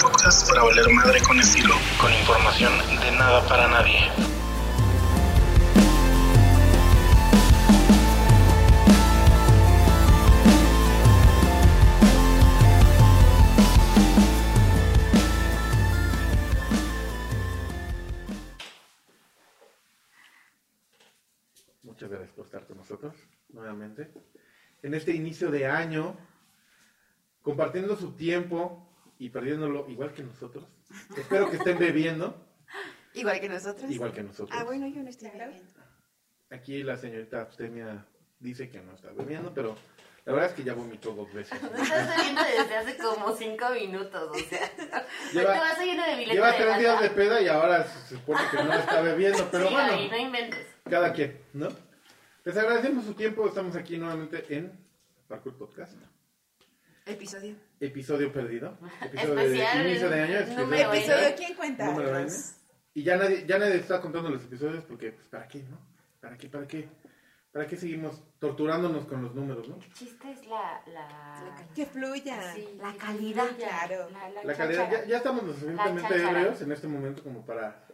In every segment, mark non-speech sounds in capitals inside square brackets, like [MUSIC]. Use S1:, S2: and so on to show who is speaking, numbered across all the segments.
S1: podcast para valer madre con estilo, con información de nada para nadie.
S2: Muchas gracias por estar con nosotros nuevamente. En este inicio de año, compartiendo su tiempo y perdiéndolo igual que nosotros. Espero que estén
S3: [LAUGHS]
S2: bebiendo
S4: Igual que nosotros.
S2: igual que nosotros.
S4: Ah, bueno, yo no estoy bebiendo.
S2: Aquí la señorita abstemia dice que no está bebiendo, pero la verdad es que ya vomitó dos veces.
S3: [LAUGHS] Me estás saliendo desde hace como cinco minutos, o sea. te
S2: Lleva,
S3: vas lleno de billetes
S2: lleva
S3: de
S2: tres días de
S3: lata.
S2: peda y ahora se supone que no está
S3: [LAUGHS]
S2: bebiendo, pero
S3: Sí,
S2: bueno.
S3: ahí no inventes.
S2: cada quien, ¿no? Les agradecemos su tiempo, estamos aquí nuevamente en Parkour Podcast.
S4: Episodio.
S2: Episodio perdido,
S3: [LAUGHS]
S2: episodio
S3: Especial,
S2: de inicio de año,
S3: número
S2: especial.
S3: Episodio,
S5: ¿quién cuenta?
S2: Número N.
S5: Los-
S2: Y ya nadie, ya nadie está contando los episodios porque, pues, ¿para qué, no? ¿Para qué, para qué? ¿Para qué seguimos torturándonos con los números, no?
S3: El chiste es la... la...
S5: Que fluya.
S3: sí,
S4: La
S3: sí,
S4: calidad.
S3: sí,
S5: Claro.
S3: La, la
S2: La calidad,
S3: cháchara.
S2: ya, ya estamos lo suficientemente
S3: La cháchara.
S2: ebrios en este momento como para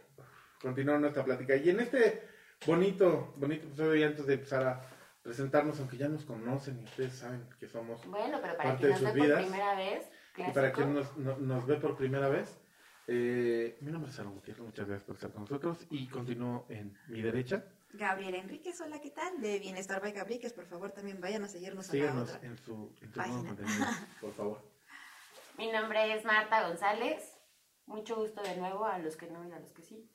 S2: continuar nuestra plática. Y en este bonito, bonito episodio, y antes de empezar a presentarnos, aunque ya nos conocen y ustedes saben que somos
S3: Bueno, pero para
S2: Parte
S3: quien
S2: de
S3: nos
S2: sus
S3: ve por
S2: vidas.
S3: primera vez,
S2: Y para
S3: clásico.
S2: quien nos, no- nos ve por primera vez, eh, mi nombre es Aaron Gutiérrez, muchas gracias por estar con nosotros y continúo en mi derecha.
S4: Gabriel Enríquez, hola, ¿qué tal? De Bienestar by Gabriel, por favor, también vayan a seguirnos a la
S2: Síganos
S4: otra.
S2: en su, en su
S4: Página.
S2: nuevo
S4: [LAUGHS]
S2: contenido, por favor.
S3: Mi nombre es Marta González. Mucho gusto de nuevo a los que no y a los que sí.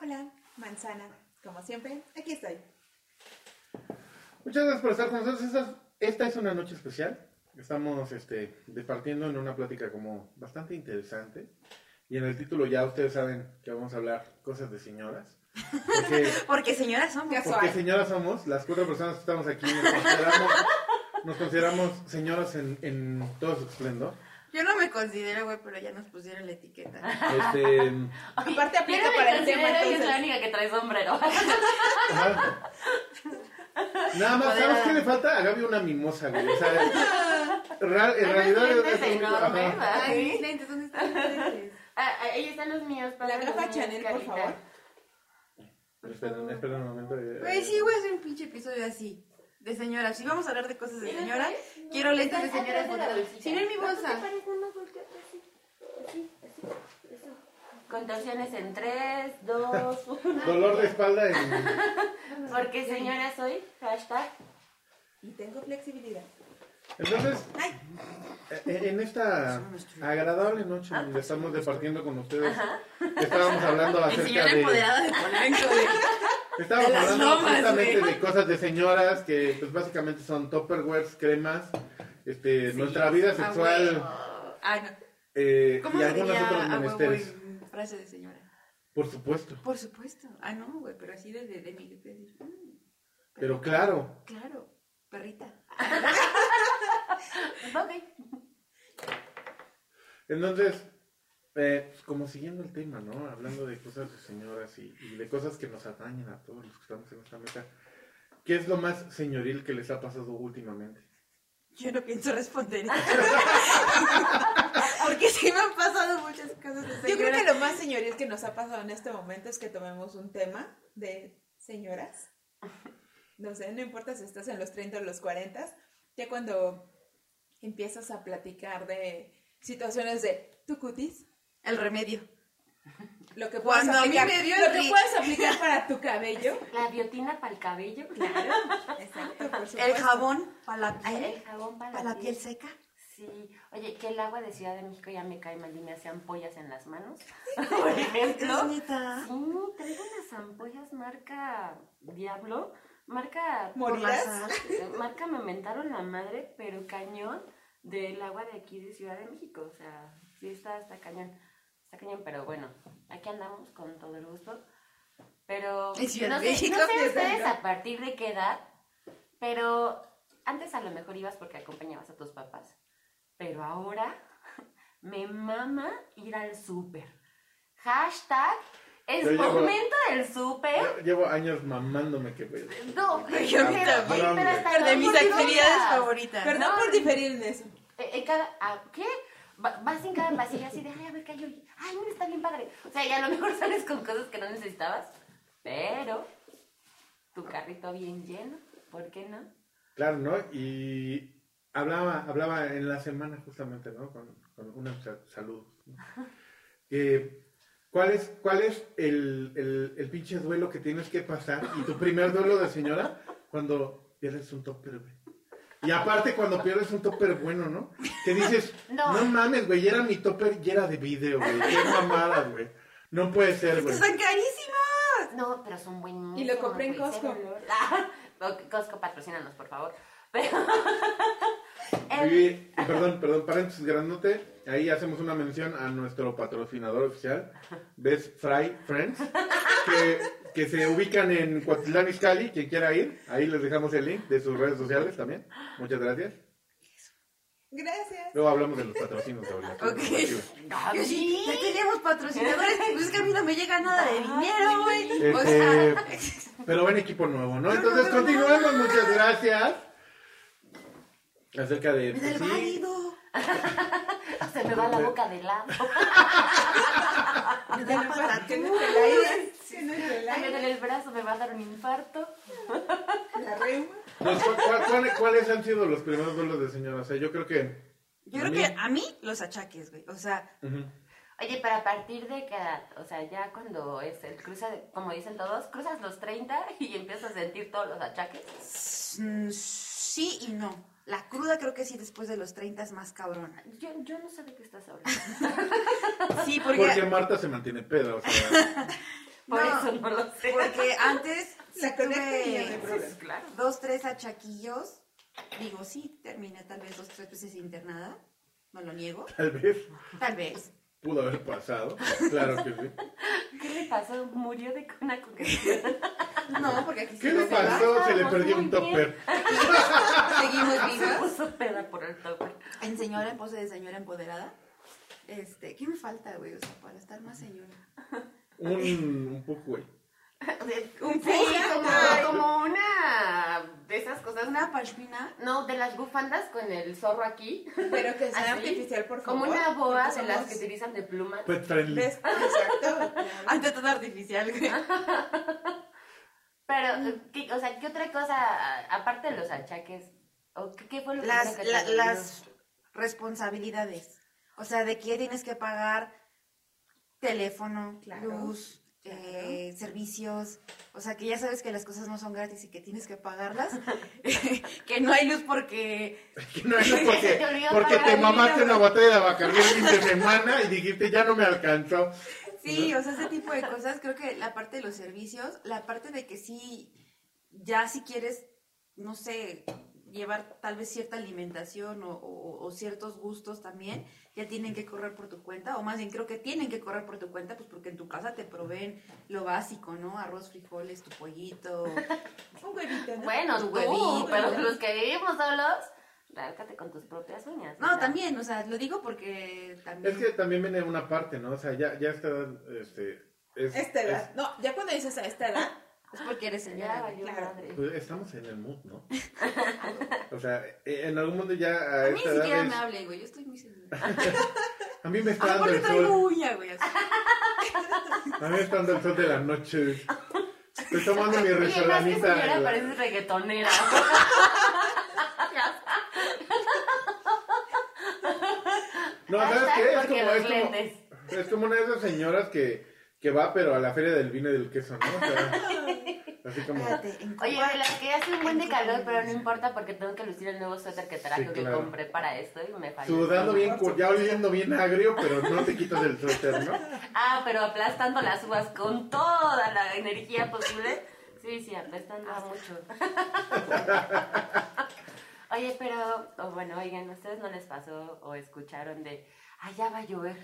S5: Hola, manzana. Como siempre, aquí estoy.
S2: Muchas gracias por estar con nosotros. Esta es, esta es una noche especial. Estamos este, departiendo en una plática como bastante interesante. Y en el título ya ustedes saben que vamos a hablar cosas de señoras.
S4: [LAUGHS]
S2: Porque
S4: Porque señoras somos.
S5: Gas-
S2: Porque
S5: Suave.
S2: señoras somos, las cuatro personas que estamos aquí nos consideramos, nos consideramos señoras en, en todo su esplendor.
S4: Yo no me considero, güey, pero ya nos pusieron la
S3: [LAUGHS]
S4: etiqueta.
S2: Este,
S5: Aparte
S3: Yo
S5: aplica
S3: no me
S5: para el tema
S3: considero, yo soy la
S5: entonces.
S3: única que trae sombrero. [LAUGHS] Ah,
S2: ajá. Nada más, ¿sabes qué le falta? A Gaby una mimosa, güey. O sea, ra- en
S3: Unos
S2: realidad es-
S3: lentes
S2: es-
S3: enormes,
S2: ajá.
S3: ¿verdad?
S5: Ay, mis lentes, ¿dónde están mis lentes?
S3: Ah, ah, ahí están los míos.
S5: La
S3: los
S5: broja
S3: míos,
S5: Chanel, por
S3: Carlita.
S5: favor.
S2: Esperen, esperen un momento. eh,
S4: Güey, sí, güey, es un pinche episodio así. De señoras. Si vamos a hablar de cosas de señoras, quiero lentes de
S3: Están
S4: señoras.
S3: atrás de la
S4: por favor.
S3: bolsita.
S4: Si no en mi bolsa.
S3: Contorsiones en 3, [LAUGHS] 2, 1.
S2: Dolor de espalda en...
S3: Porque señora soy, hashtag.
S5: Y tengo flexibilidad.
S2: Entonces,
S5: Ay.
S2: eh, en esta agradable noche
S4: Ah,
S2: donde estamos
S4: pues
S2: departiendo con ustedes, estábamos hablando
S4: Y si yo
S2: acerca
S4: la
S2: de...
S4: empoderada de Polanco, güey.
S2: Estábamos
S4: De las
S2: hablando
S4: lomas,
S2: justamente
S4: güey.
S2: de cosas de señoras que pues básicamente son topperwares, cremas, este,
S4: Sí.
S2: nuestra vida
S4: Ah,
S2: sexual
S4: güey. Ah, no.
S2: eh,
S4: ¿Cómo
S2: y
S4: se
S2: algunos
S4: diría
S2: otros
S4: a
S2: menesteres.
S4: huevo en frase de señora?
S2: Por supuesto.
S4: Por supuesto. Ah, no, güey, pero así desde de mi... de- de-
S2: Pero claro,
S4: claro, perrita.
S3: Ok.
S2: entonces, eh, pues, como siguiendo el tema, ¿no? Hablando de cosas de señoras y, y de cosas que nos atañen a todos los que estamos en esta mesa. ¿Qué es lo más señoril que les ha pasado últimamente?
S4: Yo no pienso [LAUGHS] responder. Porque sí me han pasado muchas cosas de señora.
S5: Yo creo que lo más señoril que nos ha pasado en este momento es que tomemos un tema de señoras. No sé, no importa si estás en los 30 o los 40, ya cuando empiezas a platicar de situaciones de tu cutis,
S4: El remedio.
S5: lo que puedes
S4: Cuando a mí
S5: aplicar,
S4: me dio el
S5: lo que
S4: ri-
S5: puedes
S4: [LAUGHS]
S5: aplicar para tu cabello.
S3: La biotina para el cabello.
S5: Exacto, por supuesto.
S4: El jabón para la,
S3: El jabón para,
S4: para la piel seca.
S3: Sí. Oye, que el agua de Ciudad de México ya me cae mal y me hace ampollas en las manos. [LAUGHS] Por ejemplo.
S4: Es neta.
S3: Sí, traigo unas ampollas marca Diablo. Marca
S4: Por la
S5: ¿Moridas?
S4: sal.
S3: Eh, [LAUGHS] Marca me mentaron la madre, pero cañón del agua de aquí de Ciudad de México. O sea, sí está, está cañón. Está cañón, pero bueno, aquí andamos con todo el gusto. Pero no
S4: En
S3: sé,
S4: Ciudad
S3: no
S4: de México,
S3: sé
S4: desde
S3: ustedes
S4: luego.
S3: a partir de qué edad, pero antes a lo mejor ibas porque acompañabas a tus papás. Pero ahora [LAUGHS] me mama ir al súper. Hashtag es
S2: Yo llevo-
S3: momento del súper.
S2: Yo Llevo años mamándome que...
S3: No,
S4: ¿Eh?
S3: [LAUGHS]
S4: Yo ahorita
S3: pero-
S2: voy.
S3: pero hasta
S4: De
S3: las
S4: mis
S3: hamburguesas.
S4: actividades favoritas.
S5: Perdón
S3: No.
S5: por diferir en eso.
S3: eh, en cada, ah, ¿qué? Va- Vas en cada pasillo así de, ay, a ver qué hay hoy. Ay, mira, está bien padre. O sea, ya a lo mejor sales con cosas que no necesitabas, pero tu carrito bien lleno, ¿por qué no?
S2: Claro, ¿no? Y hablaba, hablaba en la semana justamente, ¿no? Con, con una sa- salud.
S4: [LAUGHS]
S2: ¿no? Que, ¿Cuál es, cuál es el, el, el pinche duelo que tienes que pasar? Y tu primer duelo de señora, cuando pierdes un topper, güey. Y aparte cuando pierdes un topper bueno, ¿no? Que
S4: [LAUGHS]
S2: dices, no,
S3: No.
S2: mames, güey, y era mi topper y era de video, güey. Qué mamada, güey. No puede ser,
S4: Es que
S2: güey.
S4: están carísimas.
S3: No, pero son buenísimos.
S5: Y lo compré en
S3: güey,
S5: Costco.
S3: [LAUGHS] cero olor. Ah, ok, Costco, patrocínanos, por favor. Pero... em, El-
S2: Oye, y perdón, perdón, paréntesis grandote. Ahí hacemos una mención a nuestro patrocinador oficial, Best Fry Friends, que, que se ubican en Coatlán, Cali. Quien quiera ir, ahí les dejamos el link de sus redes sociales también. Muchas gracias.
S5: Gracias.
S2: Luego hablamos de los patrocinios de ahorita.
S4: Ok. Yo ¿Ah, sí, Ah, ya teníamos patrocinadores, pues es que a mí no me llega nada de dinero, güey. O
S2: Este,
S4: sea, [LAUGHS]
S2: pero ven equipo nuevo, ¿no?
S4: No,
S2: Entonces
S4: no, no, no.
S2: continuemos, muchas gracias. Acerca de.
S4: me
S2: pues,
S4: da el
S2: sí,
S4: válido,
S3: Se me va la boca de lado.
S4: me da el para
S5: Que
S4: tú.
S5: no te la hayas, que no te la
S3: También en
S5: hayas.
S3: el brazo me va a dar un infarto.
S5: La reuma.
S2: pues, ¿cu- cu- cuál- ¿Cuáles han sido los primeros duelos de señora? O sea, yo creo que.
S4: Yo creo que a mí los achaques, güey. O sea,
S2: Ujú.
S3: Oye, pero a partir de qué edad, o sea, ya cuando es el cruza, como dicen todos, cruzas los 30 y empiezas a sentir todos los achaques.
S4: mm, sí y no. La cruda creo que sí después de los 30 es más cabrona.
S3: Yo, yo no sé de qué estás hablando.
S4: Sí,
S2: Porque Marta se mantiene peda, o
S4: [LAUGHS]
S2: sea.
S3: [LAUGHS] Por
S4: No.
S3: eso no lo sé. [LAUGHS]
S4: Porque antes
S5: La
S4: sí
S5: conecta y ya
S4: tuve
S5: se problema.
S3: Claro.
S4: dos, tres achaquillos. Digo, sí, terminé tal vez dos, tres veces internada. No lo niego.
S2: Tal vez
S4: Tal vez.
S2: pudo haber pasado. Claro que sí.
S3: ¿Qué le pasó? Murió de una congestión.
S4: No, porque aquí sí
S2: ¿Qué le
S4: no se va.
S2: pasó? Se le
S3: Estábamos
S2: perdió
S3: muy
S2: un topper.
S4: Seguimos
S3: Se
S4: vivas.
S3: [LAUGHS] puso peda por el tope.
S4: En señora, en pose de señora empoderada. Este, ¿qué me falta, güey? O sea, para estar más señora.
S2: Un, un poco, güey.
S4: Un
S3: Sí,
S4: poco,
S3: como,
S4: güey.
S3: como una de esas cosas.
S4: Una pashmina.
S3: No, de las bufandas con el zorro [LAUGHS] aquí.
S5: Pero que sea
S3: Así,
S5: artificial, por favor.
S3: Como una boa
S5: porque
S3: de las
S5: somos-
S3: que utilizan de plumas.
S2: Pet friendly.
S5: ¿Ves? Exacto.
S4: Ante todo artificial, güey.
S3: Pero, eh, ¿qué, o sea, ¿qué otra cosa, a- aparte de los achaques? ¿O qué, qué fue lo
S4: las,
S3: primero que
S4: la-
S3: te dolió?
S4: las responsabilidades. O sea, de qué tienes que pagar teléfono,
S5: Claro,
S4: luz, eh, servicios. O sea, que ya sabes que las cosas no son gratis y que tienes que
S3: [LAUGHS]
S4: pagarlas. [LAUGHS] que no hay luz porque...
S2: Que [LAUGHS] no es porque,
S3: te olvidó
S2: porque
S3: pagar
S2: te
S3: el
S2: mamaste
S3: dinero.
S2: una botella de Bacardí el fin de semana y dijiste ya no me alcanzó.
S4: Sí, o sea, ese tipo de cosas. Creo que la parte de los servicios, la parte de que sí, ya si quieres, no sé, llevar tal vez cierta alimentación o, o- o ciertos gustos también, ya tienen que correr por tu cuenta, o más bien creo que tienen que correr por tu cuenta, pues porque en tu casa te proveen lo básico, ¿no? Arroz, frijoles, tu pollito.
S5: Un huevito, ¿no?
S3: Bueno,
S4: tu
S3: tú,
S4: huevito.
S3: pero los que vivimos solos, rárcate con tus propias uñas. o
S4: No,
S3: sea.
S4: también, o sea, lo digo porque también...
S2: Es que también viene una parte, ¿no? O sea, ya, ya esta edad, este. Es,
S5: Esta edad. Pues, No, ya cuando dices a esta edad,
S4: Es porque eres
S3: Ya
S4: señora.
S3: valió
S5: Claro.
S2: es-
S3: madre.
S2: pues, estamos en el mood, ¿no? O sea, eh, en algún momento ya a
S4: A mí ni
S2: esta edad.
S4: siquiera
S2: es-
S4: me hablen, güey, yo
S2: [LAUGHS]
S4: estoy muy segura.
S2: a mí me está dando
S4: Aparte
S2: el sol.
S4: traigo uña, güey, así.
S2: A mí me está dando el sol de la noche. Estoy tomando mi
S3: Oye, más que
S2: resolanita.
S3: señora, pareces reggaetonera.
S2: No, ¿sabes
S3: Hashtag
S2: qué? Es
S3: porque
S2: como,
S3: los
S2: es,
S3: lentes.
S2: como, es como una de esas señoras que, que va, pero a la feria del vino y del queso, ¿no? O sea, así como...
S4: Espérate, en
S3: Oye,
S4: Cuba-
S3: de las que hace un buen de calor, pero no importa porque tengo que lucir el nuevo suéter que traje
S2: Sí,
S3: que
S2: claro.
S3: compré para esto y me falló.
S2: Sudando bien, cu- ya oliendo bien agrio, pero no te quitas el suéter, ¿no?
S3: Ah, pero aplastando las uvas con toda la energía posible. Sí, sí, aplastando mucho. [LAUGHS] Oye, pero, o bueno, oigan, ¿a ¿ustedes no les pasó o escucharon de, ah, ya va a llover?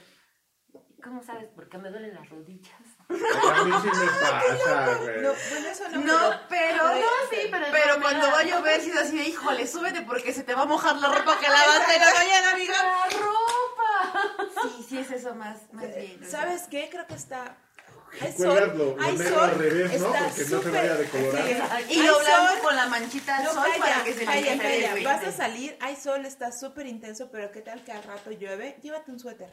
S3: ¿Y ¿Cómo sabes? Porque me duelen las rodillas.
S2: A mí sí me pasa, güey.
S5: no, bueno, eso no.
S4: No, pero.
S3: No, sí, pero.
S4: Pero cuando va a llover, si es así de, híjole, súbete porque se te va a mojar la ropa que lavaste en la mañana, amiga.
S3: [LAUGHS] ¡La ropa!
S4: Sí, sí, es eso más, más
S5: pero-
S4: bien. o sea.
S5: ¿Sabes qué? Creo que está. Hay
S2: Cuelgas
S5: sol,
S2: lo, lo
S5: hay
S2: negro al
S5: sol,
S2: revés, ¿no?
S5: está
S2: Porque no se
S5: súper-
S2: vaya a
S5: así
S2: decolorar.
S5: es.
S4: Y
S5: Hay
S4: lo blanco
S5: sol.
S4: con la manchita al
S5: No,
S4: sol para
S5: calla,
S4: que se le
S5: calla,
S4: quite el
S5: calla. Vas a
S4: güey.
S5: salir, hay sol, está súper intenso, pero ¿qué tal que al rato llueve? Llévate un suéter.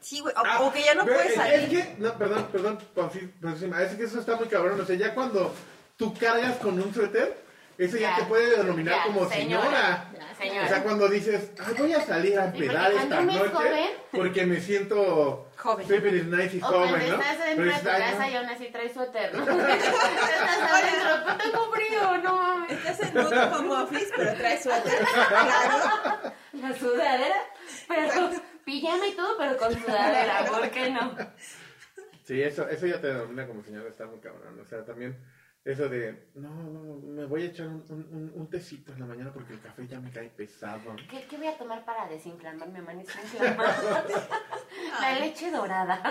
S4: Sí, güey.
S2: Ah,
S4: O, o que Ah, ya no
S2: Pero
S4: puedes
S2: es-
S4: salir.
S2: Es que, no, perdón, perdón, Panfi- Pancima, es que eso está muy cabrón. O sea, ya cuando tú cargas con un suéter, eso ya,
S3: Ya.
S2: te puede denominar
S3: Ya,
S2: como señora.
S3: Ya,
S2: O sea,
S3: señora.
S2: cuando dices, "Ay, voy a salir a pedar
S3: porque
S2: esta
S3: cuando uno
S2: noche
S3: es joven-
S2: porque me siento
S4: Joven.
S2: pepper is nice y
S3: O cuando
S2: joven, ¿no?
S3: estás dentro
S2: Pero
S3: de tu
S2: dices, "Ay,
S3: casa y aún así traes suéter, ¿no? [LAUGHS] estás adentro, pero tengo frío, no mames.
S5: Estás en tu home office, pero
S2: [LAUGHS]
S5: traes suéter. Claro.
S3: La sudadera, pero pijama y todo, pero con sudadera, ¿por qué no?
S2: no". Sí, eso, eso ya te denomina como señora, está muy cabrón. O sea, también eso de, no, no, me voy a echar un, un- un- un tecito en la mañana porque el café ya me cae pesado.
S3: ¿Qué, qué voy a tomar para desinflamar? Mi
S4: [LAUGHS]
S3: mamá inflamada. La
S5: Ay,
S3: leche dorada.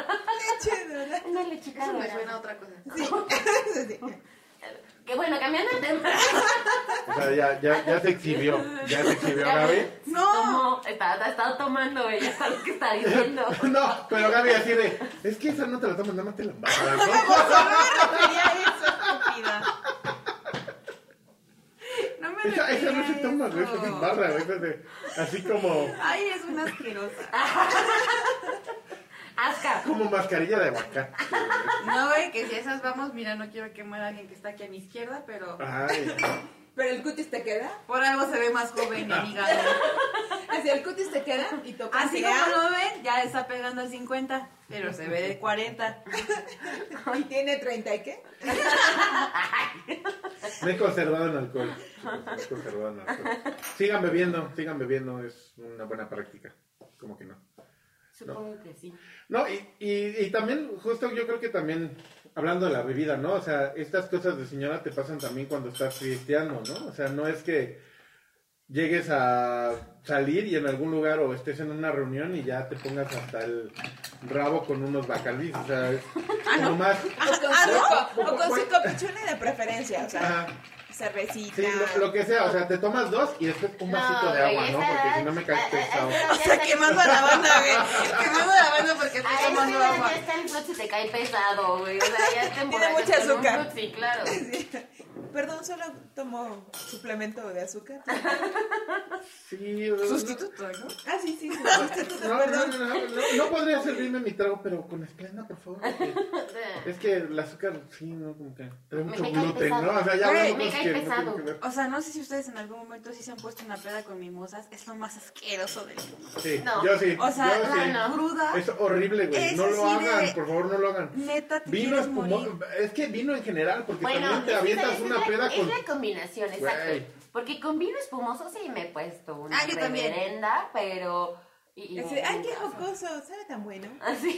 S5: leche dorada.
S3: Una lechita
S4: Eso me
S3: dorada.
S4: suena a otra cosa.
S5: Sí.
S3: Que bueno, cambiando
S4: [LAUGHS]
S3: de tema.
S2: O sea, ya, ya, ya se exhibió, ya se exhibió
S3: Ya
S2: Gaby.
S3: ves,
S4: [LAUGHS]
S3: Tomó, está, ha estado tomando ella, [LAUGHS] sabe lo que está diciendo.
S2: No, pero Gaby así de, es que esa no te la tomas, nada más te la embarras, [LAUGHS]
S5: Por
S2: ¿no?
S5: favor, no quería eso, estúpida.
S4: No me
S2: Esa, esa no se
S4: refiero a
S2: toma, güey,
S4: eso.
S2: esa se embarra, güey, esa de- así como,
S4: Ay, es una asquerosa. [LAUGHS]
S3: Asca.
S2: como mascarilla de aguacate. güey.
S4: No, güey, que si esas vamos, mira, no quiero que muera alguien que está aquí a mi izquierda, pero
S2: Ay,
S5: Pero el cutis te queda.
S4: por algo se ve más joven, mi [LAUGHS] amiga.
S5: Así el cutis te queda y
S2: Ah,
S5: toca
S4: Así como lo ven, ya está pegando al 50, pero se ve de [LAUGHS] 40.
S5: Y tiene 30 y qué.
S2: me he conservado en alcohol. Me he conservado en alcohol. Sigan bebiendo, sigan bebiendo, es una buena práctica. Como que no.
S3: Supongo que sí.
S2: No, y, y, y también, justo yo creo que también, hablando de la bebida, ¿no? O sea, estas cosas de señora te pasan también cuando estás fiesteando, ¿no? O sea, no es que llegues a salir y en algún lugar o estés en una reunión y ya te pongas hasta el rabo con unos bacalís, o sea, es como más...
S5: O con
S2: Ah,
S5: su,
S2: ¿no?
S5: o con su copichona de preferencia. O sea,
S2: Ajá, Ah.
S5: cervecita.
S2: sí, lo, lo que sea, o sea, te tomas dos y después un vasito de agua, ¿no? Porque si no me caes pesado.
S3: O
S4: a la banda, güey. Quemando a la banda porque
S3: A
S4: está
S3: esa
S4: tomando
S3: edad
S4: agua.
S3: Ah, ya está el frutti te cae pesado, güey. O sea, ya te emborrachas
S5: mucha
S3: con un
S5: azúcar.
S3: frutti, claro.
S5: Perdón, solo tomo suplemento de azúcar.
S2: Ah, Sí, o sea,
S4: Sustituto, ¿no?
S5: Ah, sí, sí, sí.
S2: No, no, no,
S5: Perdón.
S2: no, no, no, no podría servirme mi trago, pero con esplenda, por favor. porque-
S3: O sea,
S2: Es que el azúcar, sí, ¿no? Como que trae mucho
S3: cae
S2: gluten,
S3: pesado.
S2: ¿no? O sea, ya
S4: Güey,
S2: hablando
S3: me
S2: cosas
S3: cae
S2: que no
S3: pesado.
S2: tienen que ver.
S4: O sea, no sé si ustedes en algún momento sí se han puesto una peda con mimosas. Es lo más asqueroso del mundo.
S2: Sí,
S3: No.
S2: yo sí.
S4: O sea,
S2: yo
S4: la
S2: sí.
S3: no.
S4: cruda,
S2: Es horrible, güey.
S4: Es
S2: No lo
S4: así de-
S2: hagan, por favor, no lo hagan.
S4: neta, te
S2: Vino
S4: quieres morir.
S2: espumoso. Es que vino en general, porque
S3: Bueno,
S2: también te
S3: es que
S2: avientas
S3: es
S2: una
S3: la-
S2: peda
S3: es
S2: con.
S3: la combinación, exacto.
S2: Güey.
S3: Porque con vino espumoso sí me he puesto una
S4: Ah, yo también.
S3: reverenda, pero... Y, y
S5: Así,
S3: me
S5: Ay, qué
S3: encanta.
S5: jocoso, sabe tan bueno.
S3: Así.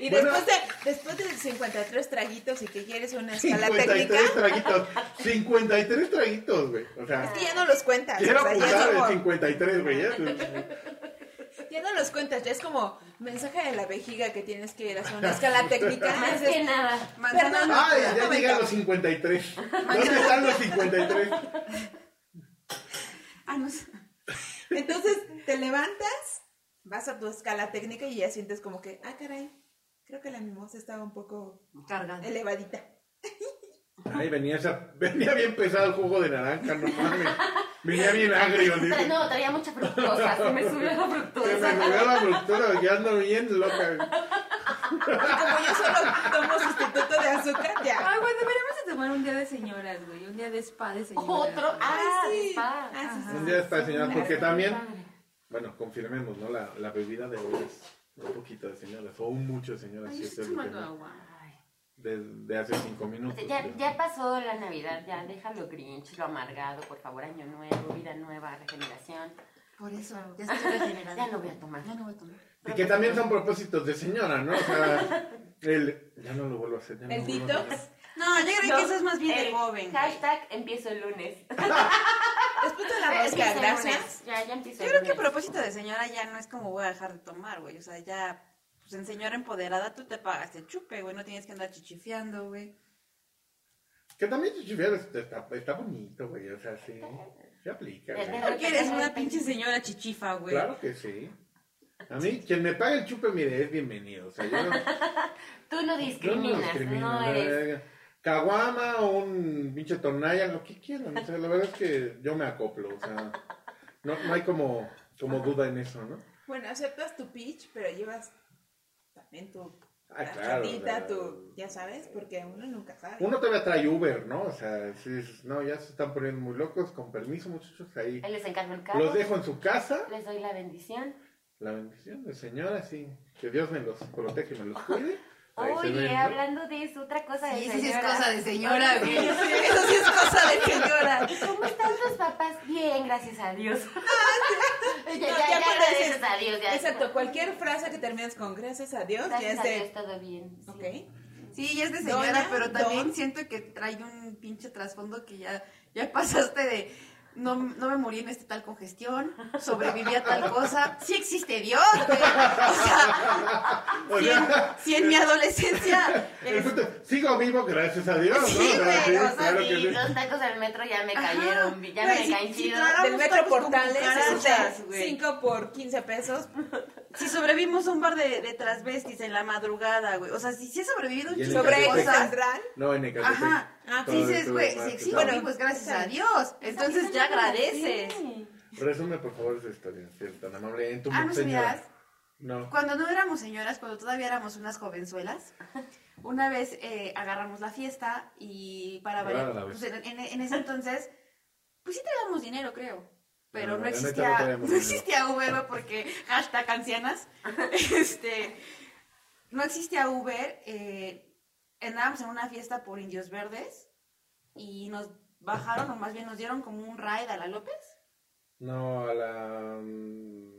S5: Y
S2: Ah, Bueno.
S5: después, de, después de 53 traguitos y que
S2: [LAUGHS]
S5: quieres una escala
S2: 53
S5: técnica,
S2: traguitos. 53 traguitos, güey. O sea,
S5: es que ya no los
S2: [LAUGHS]
S5: cuentas.
S2: quiero
S5: o sea, ya, es
S2: apuntar el
S5: como-
S2: 53, güey. ¿eh? ya es-
S4: [LAUGHS]
S5: ya no los cuentas, ya es como mensaje de la vejiga que tienes que ir a hacer una escala técnica.
S3: [LAUGHS] Más
S5: Entonces,
S3: que nada.
S4: Manzana no.
S2: Ay,
S5: Un
S2: ya llegué a
S5: momento.
S2: los 53. ¿Dónde están los 53?
S4: Ah, no sé.
S5: Entonces te levantas, vas a tu escala técnica y ya sientes como que, ah, caray, creo que la mimosa estaba un poco
S4: Cargando.
S5: elevadita.
S2: Ay, venía, esa, venía bien pesado el jugo de naranja, no mames. Venía bien agrio, dice.
S3: No, traía mucha fructosa, se me subió la
S2: Se me
S4: [LAUGHS]
S3: fructosa.
S2: subió la fructura, ya ando bien loca.
S5: Y como yo solo tomo sustituto de azúcar, ya.
S4: Ay, güey, Ah, deberíamos de tomar un día de señoras, güey. Un día de spa de señoras.
S3: Otro, ah,
S5: Ay,
S3: sí.
S5: sí. Ah, sí, sí,
S2: Un día está señora, porque también, bueno, confirmemos, ¿no? La, la bebida de hoy es un poquito de señoras, o un mucho de señoras.
S4: Ay,
S2: si
S4: yo
S2: esto
S4: estoy
S2: es lo que
S4: tomando
S2: no-
S4: agua.
S2: de, de hace cinco
S3: O
S2: minutos.
S3: sea, ya,
S2: pero-
S3: ya pasó la Navidad, ya déjalo grinch, lo amargado, por favor, año nuevo, vida nueva, regeneración.
S4: Por eso, ya estoy regenerada.
S3: [LAUGHS] Ya no voy a tomar.
S4: Ya no voy a tomar.
S2: Y que también son propósitos de señora, ¿no? O sea, el... Ya no lo vuelvo a hacer. ya no
S5: El
S2: lo vuelvo a hacer.
S5: detox.
S4: No, yo creo
S3: No,
S4: que eso es más bien de
S3: el
S4: joven.
S3: Hashtag empiezo el
S4: [LAUGHS]
S3: lunes.
S5: Después de
S4: Ah,
S5: la
S3: Empiezo
S5: rosca,
S3: el
S5: gracias.
S3: lunes. Ya, ya empiezo
S4: Yo
S3: el
S4: creo que a
S3: lunes.
S4: propósito de señora ya no es como voy a dejar de tomar, güey. O sea, ya, pues en señora empoderada tú te pagas el chupe, güey. No tienes que andar chichifiando, güey.
S2: Que también chichifiar está, está bonito, güey. O sea, sí. Se aplica.
S3: De- de
S2: güey.
S3: repente
S4: Porque eres
S3: me-
S4: una pinche señora chichifa, güey.
S2: Claro que sí. A mí, quien me paga el chupe, mire, es bienvenido. O sea, yo no,
S3: Tú no
S2: yo no
S3: discriminas, no,
S2: discrimino, la
S3: eres.
S2: verdad. Caguama o un pinche tornaya, lo que quieran. O sea, la verdad es que yo me acoplo. O sea, no, no hay como, como duda en eso, ¿no?
S5: Bueno, aceptas tu pitch, pero llevas también tu
S2: Ah, claro. o
S5: tarjetita,
S2: sea,
S5: tu, ya sabes, porque uno nunca sabe.
S2: Uno todavía trae Uber, ¿no? O sea, si dices, no, ya se están poniendo muy locos, con permiso, muchachos, ahí.
S3: Él les encargo el carro.
S2: Los dejo en su casa.
S3: Les doy la bendición.
S2: La bendición del Señor, así. Que Dios me los protege y me los cuide. Ahí se ven,
S3: Oye,
S2: ¿no?
S3: hablando de eso, otra cosa de
S4: Sí, eso sí es
S3: señora.
S4: cosa de señora, güey.
S3: Oye,
S4: Eso sí es cosa de señora.
S3: ¿Cómo están tus papás? Bien, gracias a Dios. [LAUGHS]
S5: No,
S3: ya, ya,
S5: Pues ya
S3: ya,
S5: cuando dices-
S3: gracias a Dios. Ya.
S5: Exacto, cualquier frase que termines con gracias a Dios
S3: Gracias
S5: ya
S3: a
S5: es
S3: Dios,
S5: de.
S3: todo bien. sí.
S5: Ok.
S4: Sí, ya es de señora,
S5: Dona,
S4: pero también
S5: don.
S4: siento que trae un pinche trasfondo que ya, ya pasaste de no, no me morí en esta tal congestión, sobreviví a tal cosa. Sí existe Dios, güey. O sea,
S2: O
S4: si en,
S2: sea,
S4: si en mi adolescencia. eh,
S2: el punto es, sigo vivo, gracias a Dios, ¿no?
S4: Sí,
S2: O sea,
S4: güey,
S2: sí,
S4: o sea,
S2: claro que
S3: Y
S2: sí.
S3: los tacos del metro ya me
S4: Ajá.
S3: cayeron, ya no
S4: Güey,
S3: me
S4: si-
S3: caen
S4: si
S3: chido.
S4: tragamos-
S5: Del metro portales,
S4: cucarachas,
S5: es
S4: güey.
S5: 5 por 15 pesos.
S4: Si sobrevivimos a un bar de, de transvestis en la madrugada, güey. O sea, si, si he sobrevivido un
S2: Y en
S4: chingo
S5: Sobre
S4: de
S5: Eje
S2: Ecatepec.
S4: cosas.
S5: Central.
S2: No, en Ecatepec.
S4: Ajá.
S5: Ah,
S2: Todo
S4: Dices,
S2: esto
S4: güey,
S2: es más
S4: si existe,
S2: pesado.
S5: Bueno,
S4: pues gracias
S5: está
S4: a
S5: bien.
S4: Dios. Entonces ya agradeces.
S3: Sí.
S2: Resume, por favor, esa historia, si eres tan amable. En tu
S4: Ah, no
S2: señora.
S4: sabías.
S2: No.
S4: Cuando no éramos señoras, cuando todavía éramos unas jovenzuelas, una vez eh, agarramos la fiesta y para
S2: Rara
S4: variar,
S2: la vez.
S4: pues, en, en- en ese entonces, pues sí traíamos dinero, creo. Pero
S2: No,
S4: no,
S2: la neta no
S4: existía,
S2: traíamos
S4: [LAUGHS] no
S2: dinero.
S4: existía Uber porque
S2: [LAUGHS]
S4: hashtag ancianas. este, no existía Uber. eh, andábamos en una fiesta por Indios Verdes y nos bajaron, o más bien nos dieron como un ride a la López.
S2: No, a la. mm,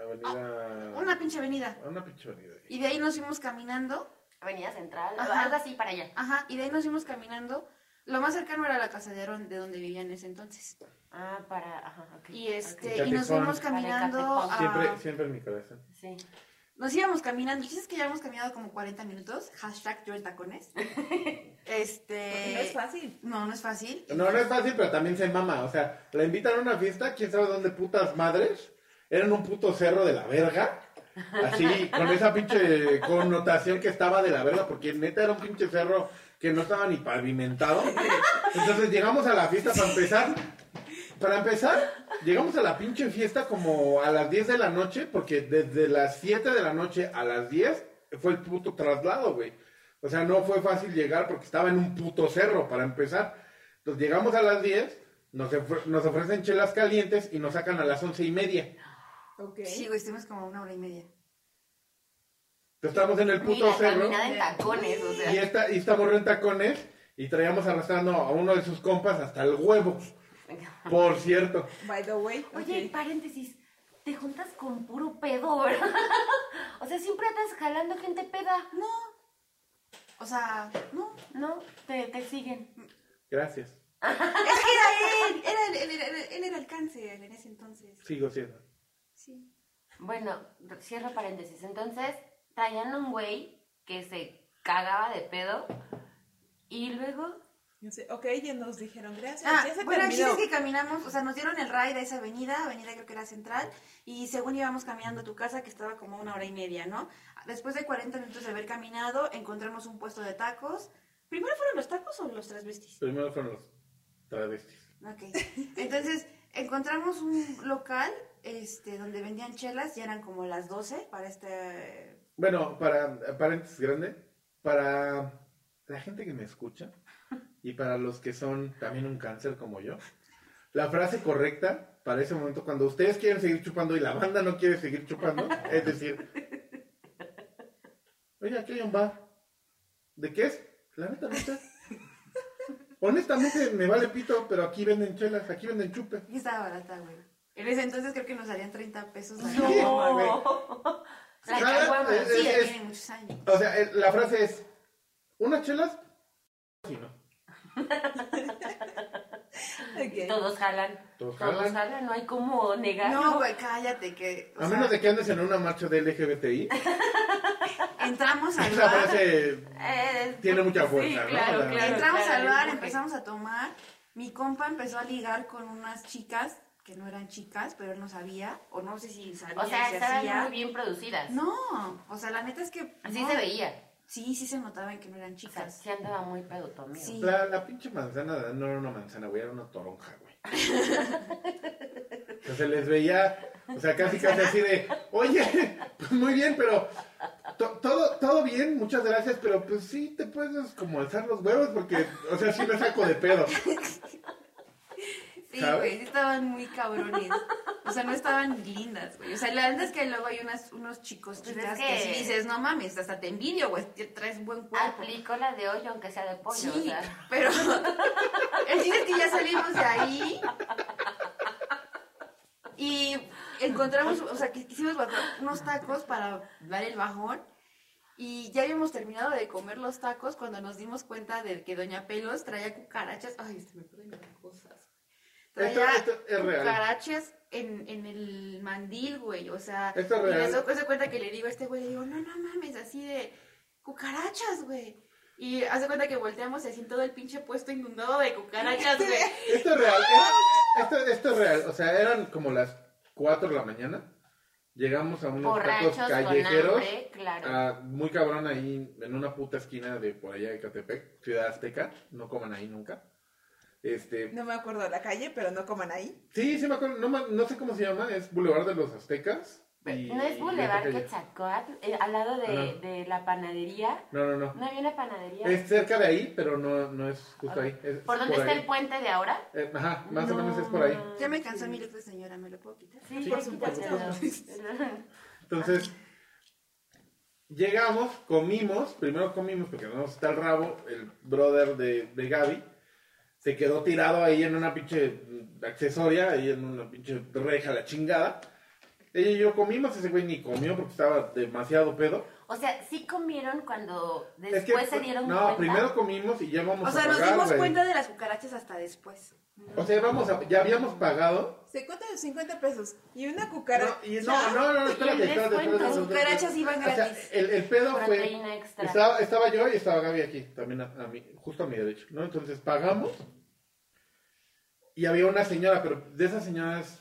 S2: avenida.
S4: Ah, Una pinche avenida.
S2: A una pinche avenida.
S4: Y de ahí nos fuimos caminando
S3: Avenida Central,
S4: Ajá.
S3: algo así para allá.
S4: Ajá, y de ahí nos fuimos caminando. Lo más cercano era la casa de Aarón, de donde vivía en ese entonces.
S3: Ah, para. Ajá, ok,
S4: Y este,
S2: Ok.
S4: y nos fuimos
S3: Catepón.
S4: caminando
S3: Para
S4: a...
S2: Siempre, siempre en mi cabeza.
S3: ok. Sí.
S4: Nos íbamos caminando. El chiste es que ya hemos caminado como 40 minutos. Hashtag yo en
S5: [LAUGHS]
S4: tacones.
S5: porque
S3: Eh,
S5: no es
S4: Este...
S5: fácil.
S4: No, no es fácil.
S2: No, no es fácil, pero también se mama. O sea, la invitan a una fiesta, quién sabe dónde putas madres. Eran un puto cerro de la verga. Así, con esa pinche connotación que estaba de la verga, porque neta era un pinche cerro que no estaba ni pavimentado. Entonces llegamos a la fiesta para empezar. Para empezar, llegamos a la pinche fiesta como a las 10 de la noche, porque desde las 7 de la noche a las 10 fue el puto traslado, güey. O sea, no fue fácil llegar porque estaba en un puto cerro para empezar. Entonces llegamos a las 10, nos, ofre- nos ofrecen chelas calientes y nos sacan a las once y media.
S5: Ok.
S4: Sí, güey, estuvimos como una hora y media.
S2: Entonces estamos en el puto
S3: Mira,
S2: cerro
S3: caminada en tacones, o sea.
S2: y, esta, y estamos en tacones y traíamos arrastrando a uno de sus compas hasta el huevo. Por cierto.
S5: By the way.
S3: Oye,
S5: ok.
S3: paréntesis, te juntas con puro pedo, ¿verdad? O sea, siempre andas jalando gente peda,
S4: No. O sea,
S5: [LAUGHS]
S4: no.
S3: ¿no? Te, te siguen.
S2: Gracias.
S4: Es que era él. Era él, él, era- él, era el cáncer en ese entonces.
S2: Sigo siendo.
S4: Sí.
S3: Bueno, cierro paréntesis. Entonces, traían a un güey que se cagaba de pedo y luego...
S5: Yo sé, Ok, y nos dijeron gracias.
S4: Ah,
S5: ya se
S4: bueno, el chiste
S5: terminó.
S4: es que caminamos, o sea, nos dieron el ride a esa avenida, avenida creo que era central, y según íbamos caminando a tu casa, que estaba como una hora y media, ¿no? Después de 40 minutos de haber caminado, encontramos un puesto de tacos. ¿Primero fueron los tacos o los transvestis?
S2: Primero fueron los travestis. [LAUGHS]
S4: Ok. Entonces, encontramos un local este, donde vendían chelas, ya eran como las 12 para este...
S2: Bueno, para paréntesis grande, para la gente que me escucha y para los que son también un cáncer como yo, la frase correcta para ese momento cuando ustedes quieren seguir chupando y la banda no quiere seguir chupando, es decir, oye, aquí hay un bar. ¿De qué es? La neta no sé. Honestamente me vale pito, pero aquí venden chelas, aquí venden chupe.
S4: Y estaba barata, güey. En ese entonces creo que nos salían 30 pesos. la
S2: No.
S4: caguama, güey.
S3: ¡No! [LAUGHS] La
S2: Cada-
S3: caguama.
S2: es-
S4: Sí, ya
S2: es-
S4: tiene muchos años.
S2: O sea, el- la frase es, unas chelas, y no.
S5: Ok.
S3: Todos jalan.
S2: Todos
S3: Todos
S2: jalan.
S3: jalan, no hay como negarlo.
S4: No, güey, cállate, que... o
S2: A
S4: sea,
S2: menos de que andes en una marcha de
S3: [LAUGHS]
S2: LGBTI,
S4: Entramos al
S2: [LAUGHS] esa
S4: bar.
S2: frase
S3: Eh,
S2: tiene mucha
S3: sí,
S2: fuerza, ¿no?
S3: claro,
S2: O sea,
S3: claro.
S4: Entramos al bar,
S3: empezamos
S4: empezamos a tomar. Mi compa empezó a ligar con unas chicas que no eran chicas, pero él no sabía, o no sé si sabía,
S3: O sea,
S4: si
S3: estaban
S4: hacía.
S3: muy bien producidas.
S4: No, o sea, la neta es que.
S3: Así
S4: no.
S3: se veía.
S4: Sí, sí se notaba en que no eran
S3: O sea,
S4: chicas.
S3: sí andaba muy pedo tu amigo.
S4: Sí.
S2: La, la pinche manzana no era una manzana, güey, era una toronja, güey. O sea, se les veía, o sea, casi casi así de, oye, pues muy bien, pero to- todo, todo bien, muchas gracias, pero pues sí te puedes como alzar los huevos porque, o sea, sí me saco de pedo.
S4: Sí,
S2: ¿Sabes?
S4: güey, sí estaban muy cabrones. O sea, no estaban lindas, güey. O sea, la verdad es que luego hay unas, unos chicos,
S3: Pues es
S4: chicas,
S3: que-
S4: que... sí dices, no mames, hasta te envidio, güey, te traes buen cuerpo.
S3: Aplicó la de hoyo, aunque sea de pollo.
S4: sí,
S3: O sea,
S4: pero [LAUGHS] el chiste es que ya salimos de ahí y encontramos, o sea, que quisimos bajar unos tacos para dar el bajón y ya habíamos terminado de comer los tacos cuando nos dimos cuenta de que Doña Pelos traía cucarachas. Ay, se me ponen las cosas.
S2: Esto,
S4: Traía
S2: esto es real.
S4: cucarachas en, en el mandil, güey. O sea,
S2: Esto es
S4: y
S2: real.
S4: me doy hace cuenta que le digo a este güey, le digo, no, no mames, así de cucarachas, güey. Y hace cuenta que volteamos y así todo el pinche puesto inundado de [LAUGHS] cucarachas, güey.
S2: Esto es real. eh, Esto, esto es real. O sea, eran como las 4 de la mañana. Llegamos a unos
S3: borrachos
S2: tacos
S3: con
S2: callejeros.
S3: hambre, claro.
S2: Ah, muy cabrón ahí en una puta esquina de por allá de Catepec, Ciudad Azteca, no coman ahí nunca. Este,
S5: No me acuerdo la calle, pero no coman ahí.
S2: sí, sí me acuerdo, no, ma- no sé cómo se llama, es Boulevard de los Aztecas. y-
S3: No es
S2: y
S3: Boulevard
S2: otra calle.
S3: Quetzalcoatl, eh, al lado de,
S2: Ajá.
S3: de la panadería.
S2: No, no, no.
S3: ¿No había una panadería?
S2: Es cerca de ahí, pero no, no es justo ahí. es
S3: ¿Por dónde está
S2: ahí.
S3: el puente de ahora?
S2: Eh, ajá, más o
S3: No,
S2: menos es por ahí.
S4: Ya me cansó mi look de señora, ¿me lo puedo quitar?
S2: [LAUGHS]
S3: Sí,
S2: Sí,
S3: ya
S2: por supuesto.
S3: quítatelo.
S2: Entonces, llegamos, comimos, primero comimos porque no está el rabo, el brother de, de Gaby, se quedó tirado ahí en una pinche mm, accesoria, ahí en una pinche reja la chingada. Ella y yo comimos, ese güey ni comió porque estaba demasiado pedo.
S3: O sea, sí comieron cuando
S2: Es que
S3: después se
S2: fue-
S3: dieron
S2: no,
S3: cuenta.
S2: primero comimos y ya vamos
S4: O sea,
S2: a
S4: nos
S2: pagar,
S4: dimos
S2: güey.
S4: cuenta de las cucarachas hasta después.
S2: O sea, vamos a- ya habíamos pagado.
S5: Se cuentan los 50 pesos y una
S2: No,
S5: cucaracha.
S2: y- no, no, no,
S4: [LAUGHS]
S2: espérate,
S3: les
S2: espérate, espérate,
S3: cuento.
S2: espérate,
S4: Las
S2: espérate.
S4: cucarachas iban
S2: O sea,
S4: gratis.
S2: el, el pedo fue...
S3: Proteína extra.
S2: Estaba, estaba yo y estaba Gaby aquí, también a, a mí, justo a mi derecho, ¿no? Entonces pagamos y había una señora, pero de esas señoras,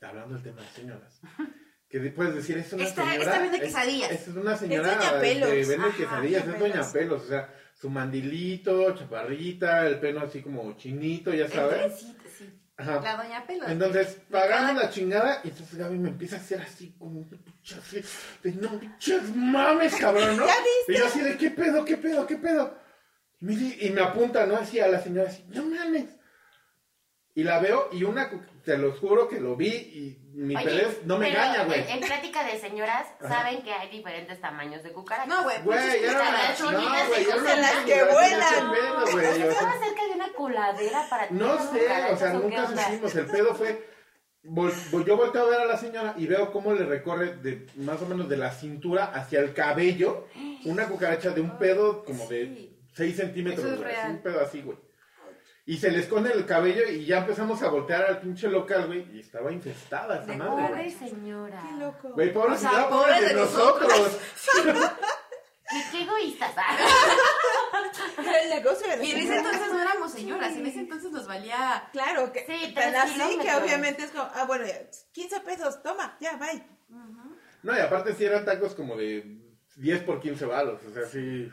S2: hablando del tema de señoras, que de- puedes decir, es una
S4: Esta-
S2: señora...
S4: esta vende
S2: es-
S4: quesadillas.
S2: Es, una señora
S5: Doña Pelos.
S2: que vende
S5: Ajá,
S2: quesadillas,
S5: Doña
S2: es Doña
S5: Pelos.
S2: Pelos, o sea, su mandilito, chaparrita, el pelo así como chinito, ya sabes.
S4: Sí, sí.
S2: Ajá.
S4: La doña Pelos.
S2: Entonces, pagamos la chingada y entonces Gaby me empieza a hacer así como un pinche así, de no pinches mames, cabrón, ¿no?
S5: [LAUGHS] ¿Ya viste?
S2: Y yo así de qué pedo, qué pedo, qué pedo. Y me, di- y me apunta, ¿no? Así a la señora así, no mames. Y la veo y una, cu- te los juro que lo vi y mi
S3: Oye,
S2: pelea no me
S3: pero
S2: engaña, güey.
S3: En, en plática de señoras,
S2: Ajá.
S3: saben que hay diferentes tamaños de cucarachas.
S4: No, güey. pues,
S2: Güey, era una,
S3: las
S2: no,
S3: chiquitas
S2: güey,
S3: se
S2: era una
S5: usan las que
S2: chingadera,
S5: vuelan.
S2: no sé, güey, o sea.
S3: Estaba cerca de una coladera para ti.
S2: No sé, o sea, nunca supimos. El pedo fue. vol- vol- yo volteo a ver a la señora y veo cómo le recorre de más o menos de la cintura hacia el cabello una cucaracha de un pedo como de
S4: Sí.
S2: 6 centímetros.
S4: Eso es
S2: güey, así,
S4: real.
S2: Un pedo así, güey. Y se le esconde el cabello y ya empezamos a voltear al pinche local, güey. Y estaba infestada esa
S4: De
S2: madre.
S3: Pobre
S2: güey.
S3: señora.
S5: Qué loco.
S2: Güey, pobre
S4: O sea,
S2: señora, pobre
S4: pobre
S2: de
S4: de
S2: nosotros.
S3: Y qué egoístas. ah.
S5: [LAUGHS] El negocio de la
S4: Y en ese
S5: señora.
S4: entonces no éramos señoras, en ese entonces nos valía.
S5: Claro, que
S3: Sí,
S5: tan
S3: tres
S5: así que
S3: kilómetros.
S5: obviamente es como, ah, bueno, ya, 15 pesos, toma, ya, bye.
S2: No, y aparte sí eran tacos como de 10 por 15 balos. O sea, sí.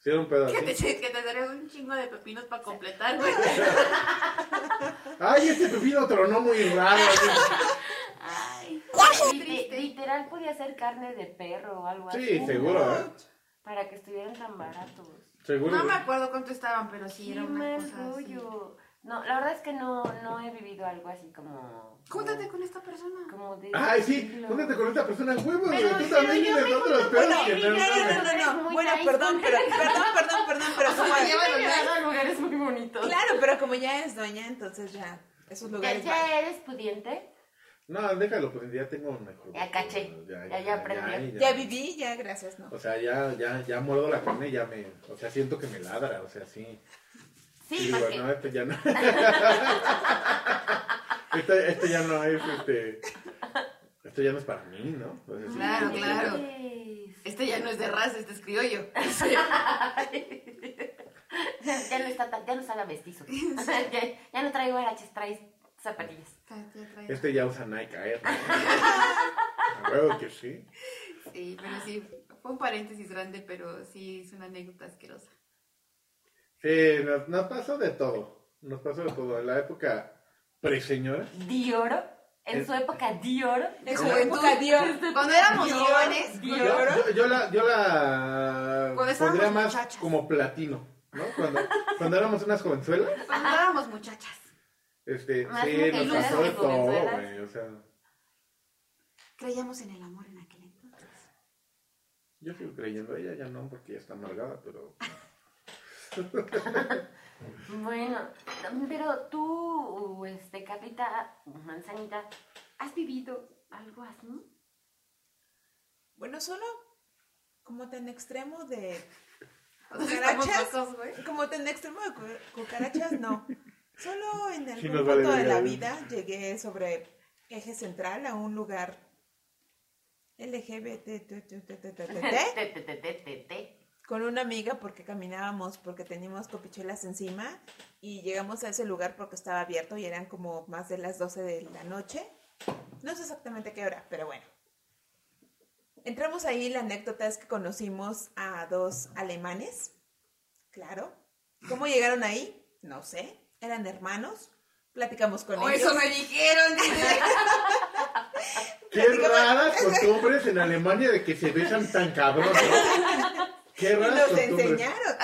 S2: Sí era un pedo
S4: Que
S2: así.
S4: te, que te daría un chingo de pepinos para completar, güey.
S2: Ay, este pepino tronó muy raro.
S3: [LAUGHS]
S2: así.
S3: Ay, lite- literal podía ser carne de perro o algo así.
S2: Sí, seguro, ¿eh?
S3: Para que estuvieran tan baratos.
S2: Seguro.
S4: No me acuerdo cuánto estaban, pero sí
S3: Qué
S4: era una
S3: mal
S4: cosa así.
S3: rollo. No, la verdad es que no, no he vivido algo así como.
S4: Júntate con esta persona.
S3: Como de.
S2: Ay, sí, júntate con esta persona, huevo, güey.
S3: Pero-
S2: Tú
S3: pero
S2: también
S3: yo
S2: tienes
S3: me
S2: otros
S3: junto
S2: pedos
S3: con
S2: que
S3: ella,
S2: no
S3: no,
S2: sabes.
S3: no, no, muy
S5: Bueno,
S3: nice
S5: perdón,
S3: con-
S5: pero, perdón, perdón, perdón, pero como
S3: Ay,
S5: ya,
S3: llévala a lugares muy
S5: [LAUGHS]
S3: bonitos.
S5: claro, pero como ya es doña, entonces ya, esos
S3: ¿Ya,
S5: lugares. van.
S3: ya eres pudiente?
S2: No, déjalo, pues ya tengo un mejor.
S3: Ya caché, ya, ya aprendí.
S5: Ya, viví, ya, gracias, ¿no?
S2: O sea, ya, ya, ya muerdo la carne y ya me. O sea, siento que me ladra, o sea, sí.
S3: Sí,
S2: Y digo,
S3: porque.
S2: no, este ya
S3: [LAUGHS]
S2: no. este, este ya no es, este. Esto ya no es para mí, ¿no? O sea, sí,
S4: Claro,
S2: como que-
S4: claro.
S3: Yes.
S4: Este ya no es de raza, este es criollo. [LAUGHS]
S3: [LAUGHS] Ya no está tan, ya no sabe a mestizo. ya, ya no traigo araches, traes Zapatillas.
S4: Katia trae-
S2: Este ya usa Nike Air. A huevo que sí.
S4: Sí, pero sí, fue un paréntesis grande, pero sí es una anécdota asquerosa.
S2: Sí, nos, nos pasó de todo. Nos pasó de todo. En la época pre-señora.
S3: Dioro. En
S2: Es-
S3: su época, Dioro.
S5: En su
S2: ¿Cómo? [LAUGHS]
S5: época dio.
S4: Cuando éramos
S5: Dior,
S4: jóvenes,
S2: Yo,
S5: Dior.
S2: yo- yo la, yo la
S4: Cuando estábamos
S2: pondría más
S4: muchachas.
S2: como platino, ¿no? Cuando, cuando éramos unas jovenzuelas,
S4: cuando éramos muchachas.
S2: este,
S3: Más
S2: sí,
S3: mujeres
S2: nos pasó de
S3: que
S2: todo,
S3: jovenzuelas.
S2: güey. O sea,
S4: Creíamos en el amor en aquel entonces.
S2: yo sigo creyendo, ella ya no, porque ya está amargada, pero
S3: Bueno, pero tú, este, Carlita, manzanita, ¿has vivido algo así?
S5: Bueno, solo como tan extremo de
S4: Entonces estamos
S5: ¿Cucarachas?
S4: locos, güey.
S5: Como tan extremo de cu- cucarachas, no. Solo en algún
S2: nos
S5: punto
S2: vale
S5: de
S2: verga,
S5: la
S2: ¿no?
S5: vida llegué sobre eje central a un lugar LGBT tu, tu, tu, tu, tu, tu, tu,
S3: [LAUGHS] Te, te, te, te, te, te.
S5: con una amiga porque caminábamos porque teníamos copichuelas encima y llegamos a ese lugar porque estaba abierto y eran como más de las 12 de la noche. No sé exactamente qué hora, pero bueno. Entramos ahí, la anécdota es que conocimos a dos alemanes, claro. ¿Cómo llegaron ahí? No sé, eran hermanos, platicamos con
S4: O
S5: ellos.
S4: eso me [LAUGHS] dijeron.
S2: qué
S5: Platícame.
S2: raras costumbres en Alemania de que se besan tan cabrón, ¿no? Qué
S5: Y
S2: raras
S5: nos
S2: costumbres.
S5: enseñaron.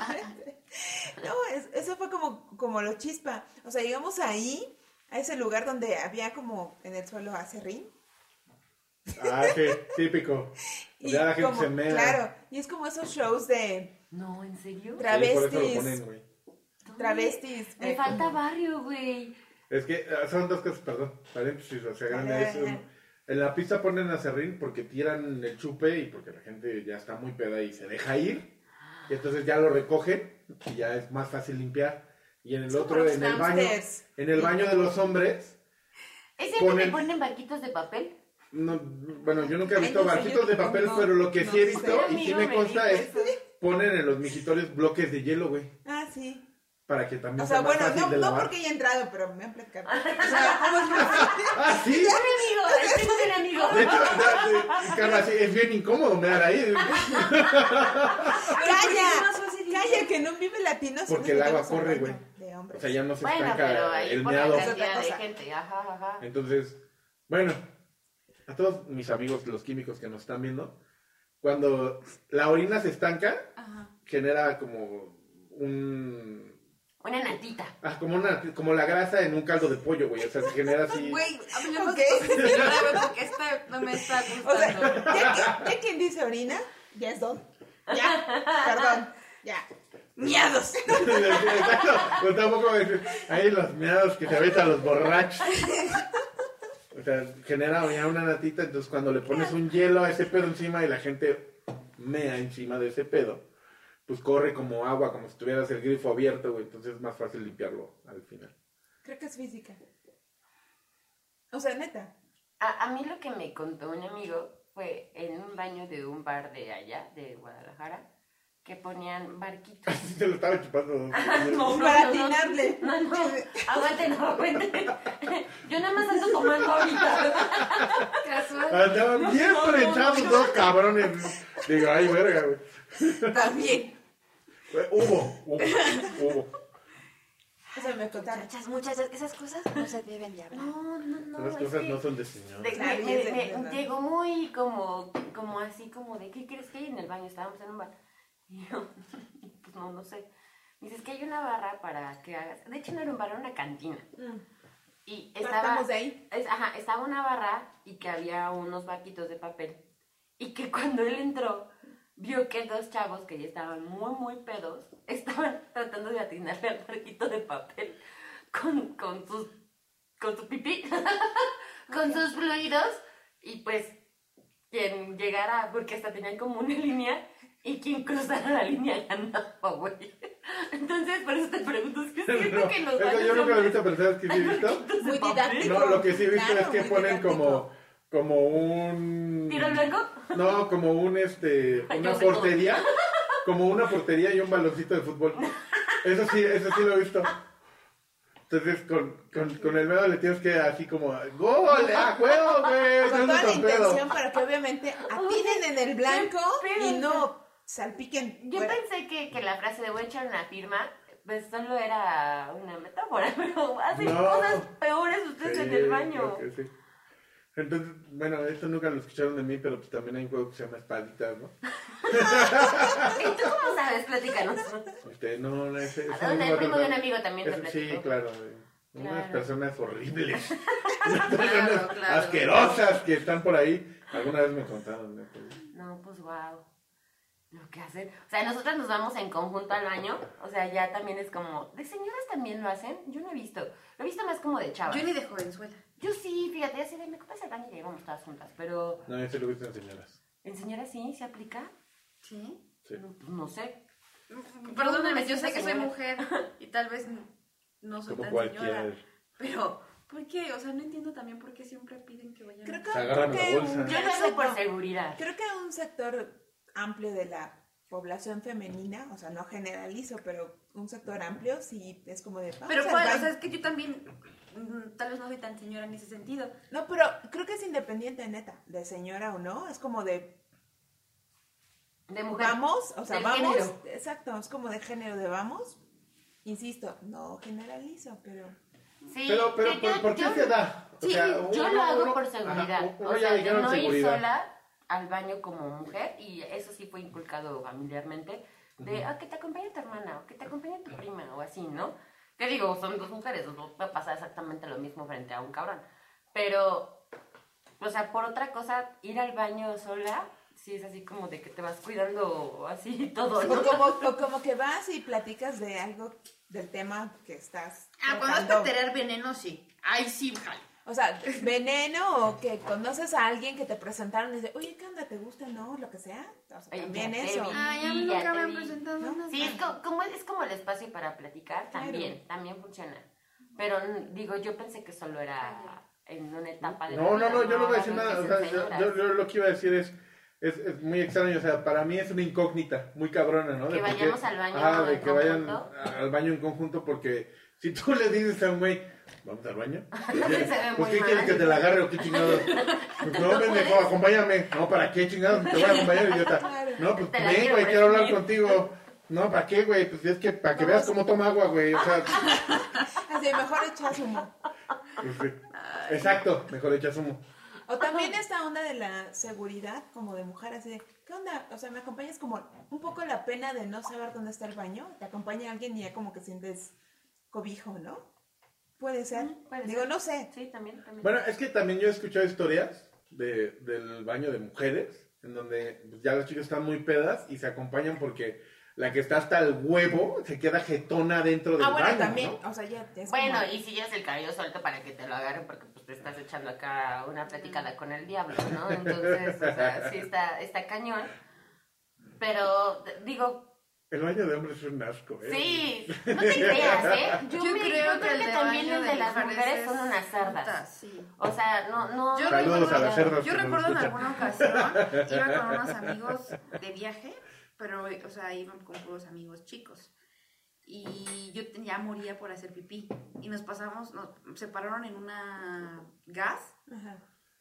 S5: [LAUGHS] no, es- eso fue como, como lo chispa. O sea, llegamos ahí, a ese lugar donde había como en el suelo acerrín.
S2: Ah, sí, típico.
S5: Y
S2: Ya la gente
S5: como-
S2: se mea.
S5: Claro, y es como esos shows de
S3: No, ¿en serio?
S2: Sí,
S5: Tra-
S2: por eso lo
S5: Travestis.
S2: ponen, güey.
S3: ¿Dónde?
S5: travestis.
S3: Me
S5: eh,
S3: falta barrio, güey.
S2: Es que ah, son dos cosas, perdón, paréntesis, o sea, grande es, um, en la pista ponen a Serrín porque tiran el chupe y porque la gente ya está muy peda y se deja ir, y entonces ya lo recogen y ya es más fácil limpiar. Y en el otro,
S5: los
S2: en el baño,
S5: hamsters.
S2: en el baño de
S5: [LAUGHS]
S2: los hombres,
S3: ¿Es cierto que
S2: Ponen-
S3: ponen barquitos de papel?
S2: no, bueno, yo nunca he
S5: Ay,
S2: visto
S5: no sé,
S2: barquitos
S5: yo-
S2: de papel,
S5: no,
S2: pero lo que
S5: no
S2: sí he
S5: sé.
S2: visto
S3: Un
S2: y sí
S3: amigo
S2: me
S3: me
S2: consta
S3: dijo
S2: es, ponen en los mijitorios bloques de hielo, güey,
S5: Ah, sí.
S2: para que también
S5: O sea,
S2: sea más
S5: bueno,
S2: fácil
S5: no,
S2: de
S5: no
S2: lavar.
S5: porque haya entrado, pero me han platicado. [LAUGHS] O sea, ¿cómo es posible?
S2: ¡Ah,
S5: [LAUGHS]
S2: sí!
S3: Un amigo, tengo un amigo.
S2: De hecho, da- de- Carla, sí, es bien incómodo mear ahí.
S5: ¡Calla!
S4: fácil ir?
S5: ¡Calla! Que en un vive latino sí
S2: Porque
S5: nos
S2: el agua
S5: metemos al
S2: corre,
S5: baño
S2: güey.
S5: De
S2: O
S5: hombres.
S2: sea, ya no [LAUGHS] se
S3: Bueno, pero
S2: estanca
S3: ahí
S2: el
S3: por la
S2: meado.
S3: cantidad de
S5: Otra cosa.
S3: gente, ajá, ajá.
S2: Entonces, bueno, a todos mis amigos, los químicos que nos están viendo, cuando la orina se estanca,
S4: Ajá.
S2: genera como un.
S3: Una natita.
S2: Ah, como, una, como la grasa en un caldo de pollo, güey. O sea, se genera así.
S4: Güey, hablemos
S5: Ok.
S4: de cosas que no saben porque esta no me está
S5: O sea,
S4: gustando.
S5: ya, que- ya quien dice orina, ya es don. Ya, perdón, ya. Miados.
S2: Exacto. Pues tampoco hay los meados que se aventan los borrachos. O sea, genera ya una natita, entonces cuando le pones un hielo a ese pedo encima y la gente mea encima de ese pedo, pues corre como agua, como si tuvieras el grifo abierto, güey, entonces es más fácil limpiarlo al final. [LAUGHS]
S5: Creo que es física. O sea, neta.
S3: A, a mí lo que me contó un amigo fue en un baño de un bar de allá, de Guadalajara, que ponían barquitos.
S5: [LAUGHS]
S2: Se lo estaba chupando. dos veces.
S3: No, no,
S5: Para
S3: no, no.
S5: atinarle.
S3: No, no, aguanten, no, aguanten. [LAUGHS] Yo nada más ando tomando ahorita.
S4: Casual.
S2: Andaban bien prensados dos cabrones. Digo, ay, verga, güey.
S4: También.
S2: Hubo, hubo, hubo.
S5: O sea, me contaron.
S4: Muchachas, muchachas, esas cosas no se deben de hablar.
S3: No, no, no.
S2: Las
S3: es
S2: cosas
S3: que-
S2: no son de
S3: de-
S2: señor.
S3: me-
S5: Nadie
S3: me-
S5: se
S3: me-
S5: entiende.
S3: llegó muy como, como así, como de, ¿qué crees que hay en el baño? Estábamos en un bar. Y yo, [LAUGHS] pues no, no sé. Me dice, es que hay una barra para que hagas. De hecho, no era un bar, era una cantina. Y Mm, estaba,
S5: Partamos de ahí.
S3: Es- ajá, estaba una barra y que había unos vaquitos de papel. Y que [LAUGHS] cuando él entró, vio que dos chavos que ya estaban muy, muy pedos, [LAUGHS] estaban tratando de atinarle al barquito de papel con, con sus. con su pipí, [LAUGHS] con sus fluidos. Y pues, quien llegara, porque hasta tenían como una línea, y quien cruzara la línea ganaba, [LAUGHS] güey. Entonces, por eso te pregunto, es que siento
S2: No,
S3: que
S2: es
S3: los
S2: que
S3: baños
S2: yo nunca
S3: son
S2: lo he visto, pero ¿sabes qué sí
S3: [LAUGHS]
S2: he visto?
S5: Muy didáctico.
S2: No, lo que sí he visto
S5: Claro,
S2: es que
S5: muy
S2: ponen
S5: didáctico.
S2: como, como un...
S3: ¿Tiro luego?
S2: No, como un, este,
S3: Ay,
S2: una
S3: yo sé todo. [LAUGHS]
S2: portería, como una portería y un baloncito de fútbol. Eso sí, eso sí lo he visto. Entonces, con, con, con el dedo le tienes que así como, ¡gol! ¡A juego, güey!
S5: Con
S2: No
S5: toda
S2: es
S5: la
S2: un torpedo.
S5: intención para que obviamente atinen en el blanco
S3: pedo,
S5: y
S3: o
S5: no salpiquen.
S3: Yo
S5: fuera.
S3: pensé que, que la frase de voy a echar una firma, pues solo era una metáfora, [LAUGHS] pero hacen
S2: No.
S3: cosas peores ustedes pues, en el baño.
S2: creo que sí. Entonces, bueno, esto nunca lo escucharon de mí, pero pues también hay un juego que se llama Espaditas, ¿no?
S3: ¿Y tú cómo sabes? Platícanos.
S2: Este, no, no es, es
S3: Ah,
S2: un
S3: bueno, el
S2: juego
S3: primo de un
S2: tan-
S3: amigo también te
S2: es- Sí,
S3: platicó.
S2: claro. güey. Unas
S3: Claro.
S2: personas horribles,
S3: [LAUGHS]
S4: Claro, claro.
S2: asquerosas que están por ahí. Alguna vez me contaron. ¿no? Pues,
S3: No, pues wow. Lo que hacen. O sea, nosotras nos vamos en conjunto al baño. O sea, ya también es como. ¿De señoras también lo hacen? Yo no he visto. Lo he visto más como de chavas.
S4: Yo ni de jovenzuela.
S3: Yo sí, fíjate, así de me copas al baño y ya íbamos todas juntas. Pero
S2: No, ese lo gustan señoras.
S3: en señoras sí, ¿se aplica?
S4: ¿Sí?
S2: Sí.
S3: No, pues no sé.
S4: Perdóname, yo sé que soy
S3: Señora.
S4: mujer y tal vez no soy
S2: Como
S4: tan
S2: cualquier.
S4: señora. Pero, ¿por qué? O sea, no entiendo también por qué siempre piden que vayan.
S5: Creo
S4: a-
S5: que,
S2: Se agarran
S5: creo que
S2: la bolsa.
S5: un-
S3: Yo lo hago por seguridad.
S5: Creo que un sector amplio de la población femenina, o sea, no generalizo, pero un sector amplio sí es como de... "Vamos
S4: Pero
S5: al
S4: cuál, o
S5: baño".
S4: sea, es que yo también mm, tal vez no soy tan señora en ese sentido.
S5: No, pero creo que es independiente, neta, de señora o no, es como de...
S3: De mujer.
S5: Vamos, o sea,
S3: Del
S5: vamos.
S3: género.
S5: Exacto, es como de género de vamos. Insisto, no generalizo, pero...
S3: Sí,
S2: Pero, pero,
S3: yo-
S2: ¿por,
S3: yo-
S2: por qué
S3: yo-
S2: se da? O
S3: Sí,
S2: sea,
S3: yo
S2: uno-
S3: lo hago
S2: uno-
S3: por
S2: ajá,
S3: seguridad.
S2: uno
S3: o
S2: ya
S3: sea, de
S2: dijeron
S3: no ir
S2: seguridad.
S3: sola al baño como mujer, y eso sí fue inculcado familiarmente, de ah, que te acompañe tu hermana, o que te acompañe tu prima, o así, ¿no? Que digo, son dos mujeres, no va a pasar exactamente lo mismo frente a un cabrón. Pero, o sea, por otra cosa, ir al baño sola, sí es así como de que te vas cuidando así [LAUGHS] todo, ¿no?
S5: O como, o como que vas y platicas de algo, del tema que estás...
S6: Ah, cuando es
S5: tratando.
S6: para tener veneno, sí. Ahí sí, jale.
S5: O sea, veneno o que conoces a alguien que te presentaron y dices, oye, ¿qué onda? ¿Te gusta? ¿No? Lo que sea. O sea,
S3: Ay,
S5: también
S3: ya te
S5: eso.
S3: vi.
S5: Ah,
S6: Ay, a mí
S3: Ya
S6: nunca
S3: te
S6: me han
S3: vi.
S6: presentado
S5: ¿No?
S6: nada.
S3: Sí, es co- como, es como el espacio para platicar,
S5: Claro.
S3: también, también funciona. Pero n- digo, yo pensé que solo era en una etapa de...
S2: No, no, no, yo no voy a decir
S3: creo
S2: nada.
S3: que
S2: O sea,
S3: sean señoras.
S2: yo, yo lo que iba a decir es, es, es muy extraño. O sea, para mí es una incógnita, muy cabrona, ¿no?
S3: Que
S2: De por qué-
S3: vayamos al baño
S2: Ah, de
S3: en
S2: que vayan
S3: conjunto.
S2: al baño en conjunto, porque si tú le dices a un güey, vamos al baño.
S3: [LAUGHS] Se ve
S2: Pues,
S3: muy
S2: ¿qué
S3: mal.
S2: quieres que te la agarre o qué chingados?
S3: [LAUGHS]
S2: Pues, no, pendejo, acompáñame. No, ¿para qué chingados? Te voy a acompañar, idiota. No, pues
S3: Te la
S2: ven,
S3: quiero
S2: güey, quiero hablar
S3: presumir.
S2: contigo. No, ¿para qué, güey? Pues es que para que veas cómo toma agua, güey. O
S3: [LAUGHS]
S2: sea,
S5: Así, mejor echas humo.
S2: pues, sí. exacto, mejor echas humo.
S5: O también esta onda de la seguridad, como de mujer, así de, ¿qué onda? O sea, me acompañas como un poco la pena de no saber dónde está el baño. Te acompaña alguien y ya como que sientes cobijo, ¿no? Puede ser.
S3: Mm, puede
S5: Digo,
S3: ser.
S5: no sé.
S3: Sí, también, también.
S2: Bueno, es que también yo he escuchado historias de, del baño de mujeres, en donde pues, ya las chicas están muy pedas y se acompañan porque la que está hasta el huevo se queda jetona dentro del
S5: Ah, bueno,
S2: baño.
S5: también.
S2: ¿no?
S5: O sea, ya es
S3: Bueno,
S5: como-
S3: y si llevas el cabello suelto para que te lo agarren porque pues te estás echando acá una platicada con el diablo, ¿no? Entonces, o sea, sí está, está cañón. Pero, d- digo,
S2: El baño de hombres es un asco, ¿eh?
S3: Sí, no te creas, ¿eh? Yo,
S4: Yo
S3: me- yo creo que
S4: de
S3: también
S4: baño
S3: el de las mujeres
S4: es-
S3: son unas
S4: Puta,
S3: sardas.
S4: Sí.
S3: O sea, no, no.
S4: Yo
S2: Saludos
S4: recuerdo-
S2: a las cerdas.
S4: Yo
S2: que nos
S4: recuerdo en
S2: escuchan.
S4: alguna ocasión,
S2: [LAUGHS]
S4: iba con unos amigos de viaje, pero, o sea, iban con puros amigos chicos. Y yo te- ya moría por hacer pipí. Y nos pasamos, nos separaron en una gas.
S5: Ajá.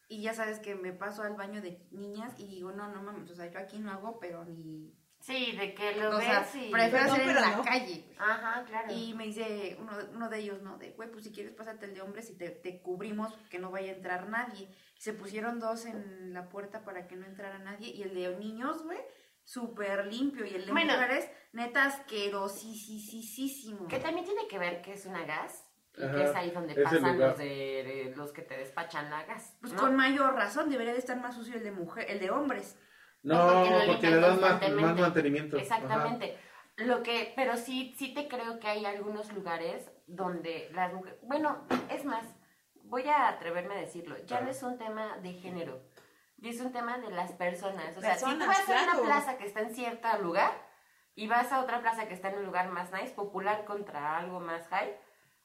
S4: Y ya sabes que me paso al baño de niñas y digo, no, no mames, o sea, yo aquí no hago, pero ni.
S3: Sí, de que lo
S4: O sea,
S3: ves y...
S4: prefiero
S5: No,
S4: hacer en
S5: pero
S4: la
S5: no.
S4: calle.
S3: Ajá, claro.
S4: Y me dice uno, uno de ellos, ¿no? De, güey, pues si quieres pásate el de hombres y te, te cubrimos que no vaya a entrar nadie. Se pusieron dos en la puerta para que no entrara nadie. Y el de niños, güey, súper limpio. Y el de
S3: Bueno.
S4: mujeres, neta asquerosísimo.
S3: Que también tiene que ver que es una gas y
S2: Ajá,
S3: que es ahí donde
S2: es el
S3: pasan
S2: lugar.
S3: los, de, de los que te despachan la gas.
S4: Pues
S3: ¿no?
S4: con mayor razón debería de estar más sucio el de mujer, el de hombres.
S2: No,
S3: porque lo
S2: porque
S3: limpian
S2: le dan más,
S3: constantemente.
S2: más mantenimiento.
S3: Exactamente. Lo que, pero sí, sí te creo que hay algunos lugares donde las mujeres, bueno, es más, voy a atreverme a decirlo, ya
S2: Ajá.
S3: no es un tema de género, ya es un tema de las personas. O sea, si tú
S5: Personas,
S3: vas a
S5: claro.
S3: una plaza que está en cierto lugar y vas a otra plaza que está en un lugar más nice, popular contra algo más high,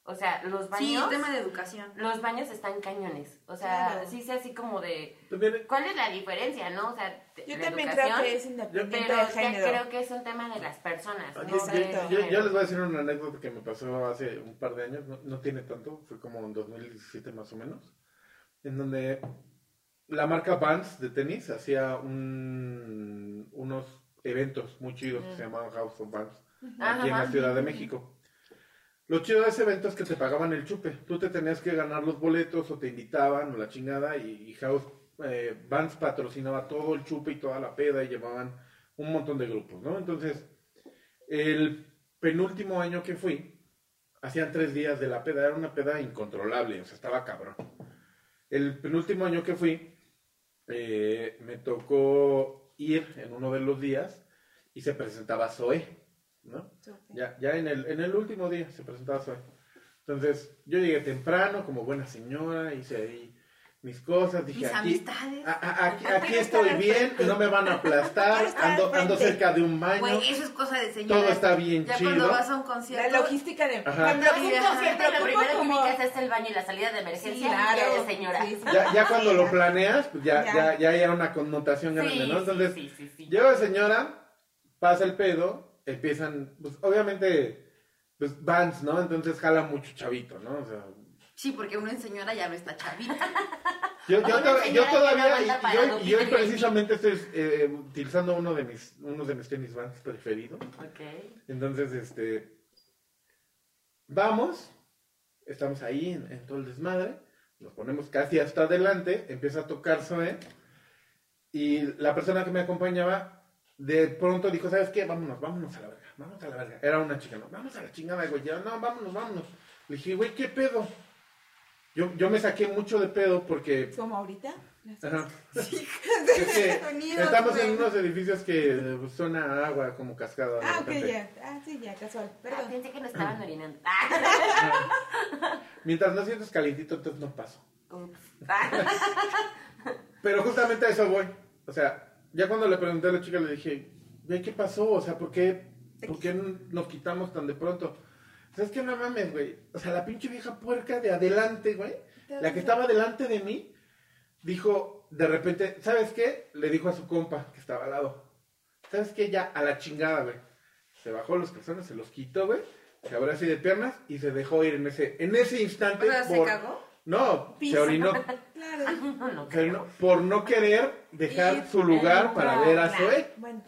S3: O sea, los
S4: Sí,
S3: baños.
S4: tema de educación.
S3: Los baños están cañones. O sea,
S5: Claro.
S3: sí, sí, así como de.
S2: También,
S3: ¿Cuál es la diferencia, no? O sea, te-
S5: Yo
S3: la
S5: también creo
S3: educación,
S5: que es independiente
S3: Pero
S5: del
S3: ya
S5: género.
S3: creo que es un tema de las personas.
S2: Ah, yo,
S3: ¿no?
S2: yo-
S3: De-
S5: Exacto.
S2: yo- yo les voy a decir una anécdota que me pasó hace un par de años, no, no tiene tanto, fue como en 2017 más o menos, en donde la marca Vans de tenis hacía un- unos eventos muy chidos que se llamaban House of Vans.
S3: Ajá,
S2: aquí en la
S3: ajá.
S2: Ciudad de México. Lo chido de ese evento es que te pagaban el chupe. Tú te tenías que ganar los boletos o te invitaban o la chingada y, y House eh, Vans patrocinaba todo el chupe y toda la peda y llevaban un montón de grupos, ¿no? Entonces, el penúltimo año que fui, hacían tres días de la peda, era una peda incontrolable, o sea, estaba cabrón. El penúltimo año que fui, eh, me tocó ir en uno de los días y se presentaba Zoe, ¿no?
S5: Súper.
S2: Ya, ya en el, en el último día se presentaba Zoe. Entonces, yo llegué temprano, como buena señora, hice ahí mis cosas, dije,
S6: Mis
S2: aquí,
S6: amistades.
S2: a- a- aquí,
S6: Acá
S2: aquí
S6: no está
S2: estoy
S6: la
S2: bien,
S6: frente.
S2: no me van a aplastar,
S5: Acá está la
S2: ando, ando
S5: frente.
S2: cerca de un baño,
S7: Pues,
S6: Güey, eso es cosa de señora.
S2: todo está bien
S4: Ya cuando
S2: chido.
S4: vas a un
S5: La
S4: concierto,
S5: logística de.
S2: Ajá.
S5: Cuando
S6: Sí,
S5: es un
S6: ajá.
S5: concierto,
S6: Pero
S3: Lo
S5: ocupa
S3: primero que
S5: como-
S3: ubicas es el baño y la salida de emergencia.
S5: Sí, claro.
S3: ya, señora.
S5: Sí, sí.
S2: Ya, ya cuando lo planeas, pues ya,
S5: Ya.
S2: ya, ya hay una connotación
S3: Sí,
S2: grande, ¿no?
S3: sí,
S2: Entonces,
S3: sí, sí, sí.
S2: Llega la señora, pasa el pedo, empiezan, pues obviamente, pues bands, ¿no? Entonces jala mucho chavito, ¿no? O sea,
S6: Sí, porque uno en señora ya no está chavita.
S2: yo, yo
S3: Una
S2: to-
S3: señora
S2: yo
S3: que no
S2: todavía, y,
S3: aguanta
S2: y hoy-
S3: parado,
S2: y hoy
S3: Peter.
S2: precisamente estoy eh, utilizando uno de mis, uno de mis tenis bands preferidos.
S3: Ok. Ah,
S2: Entonces, este, vamos, estamos ahí en, en todo el desmadre, nos ponemos casi hasta adelante, empieza a tocar Zoe, y la persona que me acompañaba de pronto dijo, ¿sabes qué? Vámonos, vámonos a la verga, vámonos a la verga. Era una chica, no, vamos a la chingada, güey, ya, no, vámonos, vámonos. Le dije, güey, ¿qué pedo? Yo, yo me saqué mucho de pedo porque...
S5: Como ahorita.
S2: Ajá. Es que
S4: Sonidos,
S2: estamos en
S4: güey.
S2: unos edificios que eh, suena a agua como cascada. de
S5: Ah, ok,
S2: repente.
S5: ya. Ah, sí, ya, casual.
S3: Ah,
S5: Perdón.
S3: pensé que no estaban orinando. [LAUGHS] Ah,
S2: Mientras no sientes calientito, entonces no paso.
S3: ups. Ah,
S2: [LAUGHS] Pero justamente a eso voy. O sea, ya cuando le pregunté a la chica, le dije, güey, ¿qué pasó? O sea, ¿por qué, ¿por qué nos quitamos tan de pronto? ¿Sabes qué? No mames, güey. O sea, la pinche vieja puerca de adelante, güey. La que estaba delante de mí, dijo, de repente, ¿sabes qué? Le dijo a su compa, que estaba al lado. ¿Sabes qué? Ya, a la chingada, güey. Se bajó los calzones, se los quitó, güey. Se abrió así de piernas y se dejó ir en ese, en ese
S4: o
S2: instante.
S4: sea, se
S2: por-
S4: cagó.
S2: No, se
S5: Pisa.
S2: orinó.
S5: Claro.
S3: no, no.
S2: O sea, no- por no querer dejar
S3: Y
S2: su lugar
S3: el
S2: para
S3: lugar,
S2: ver a
S3: claro.
S2: Zoe.
S5: Bueno,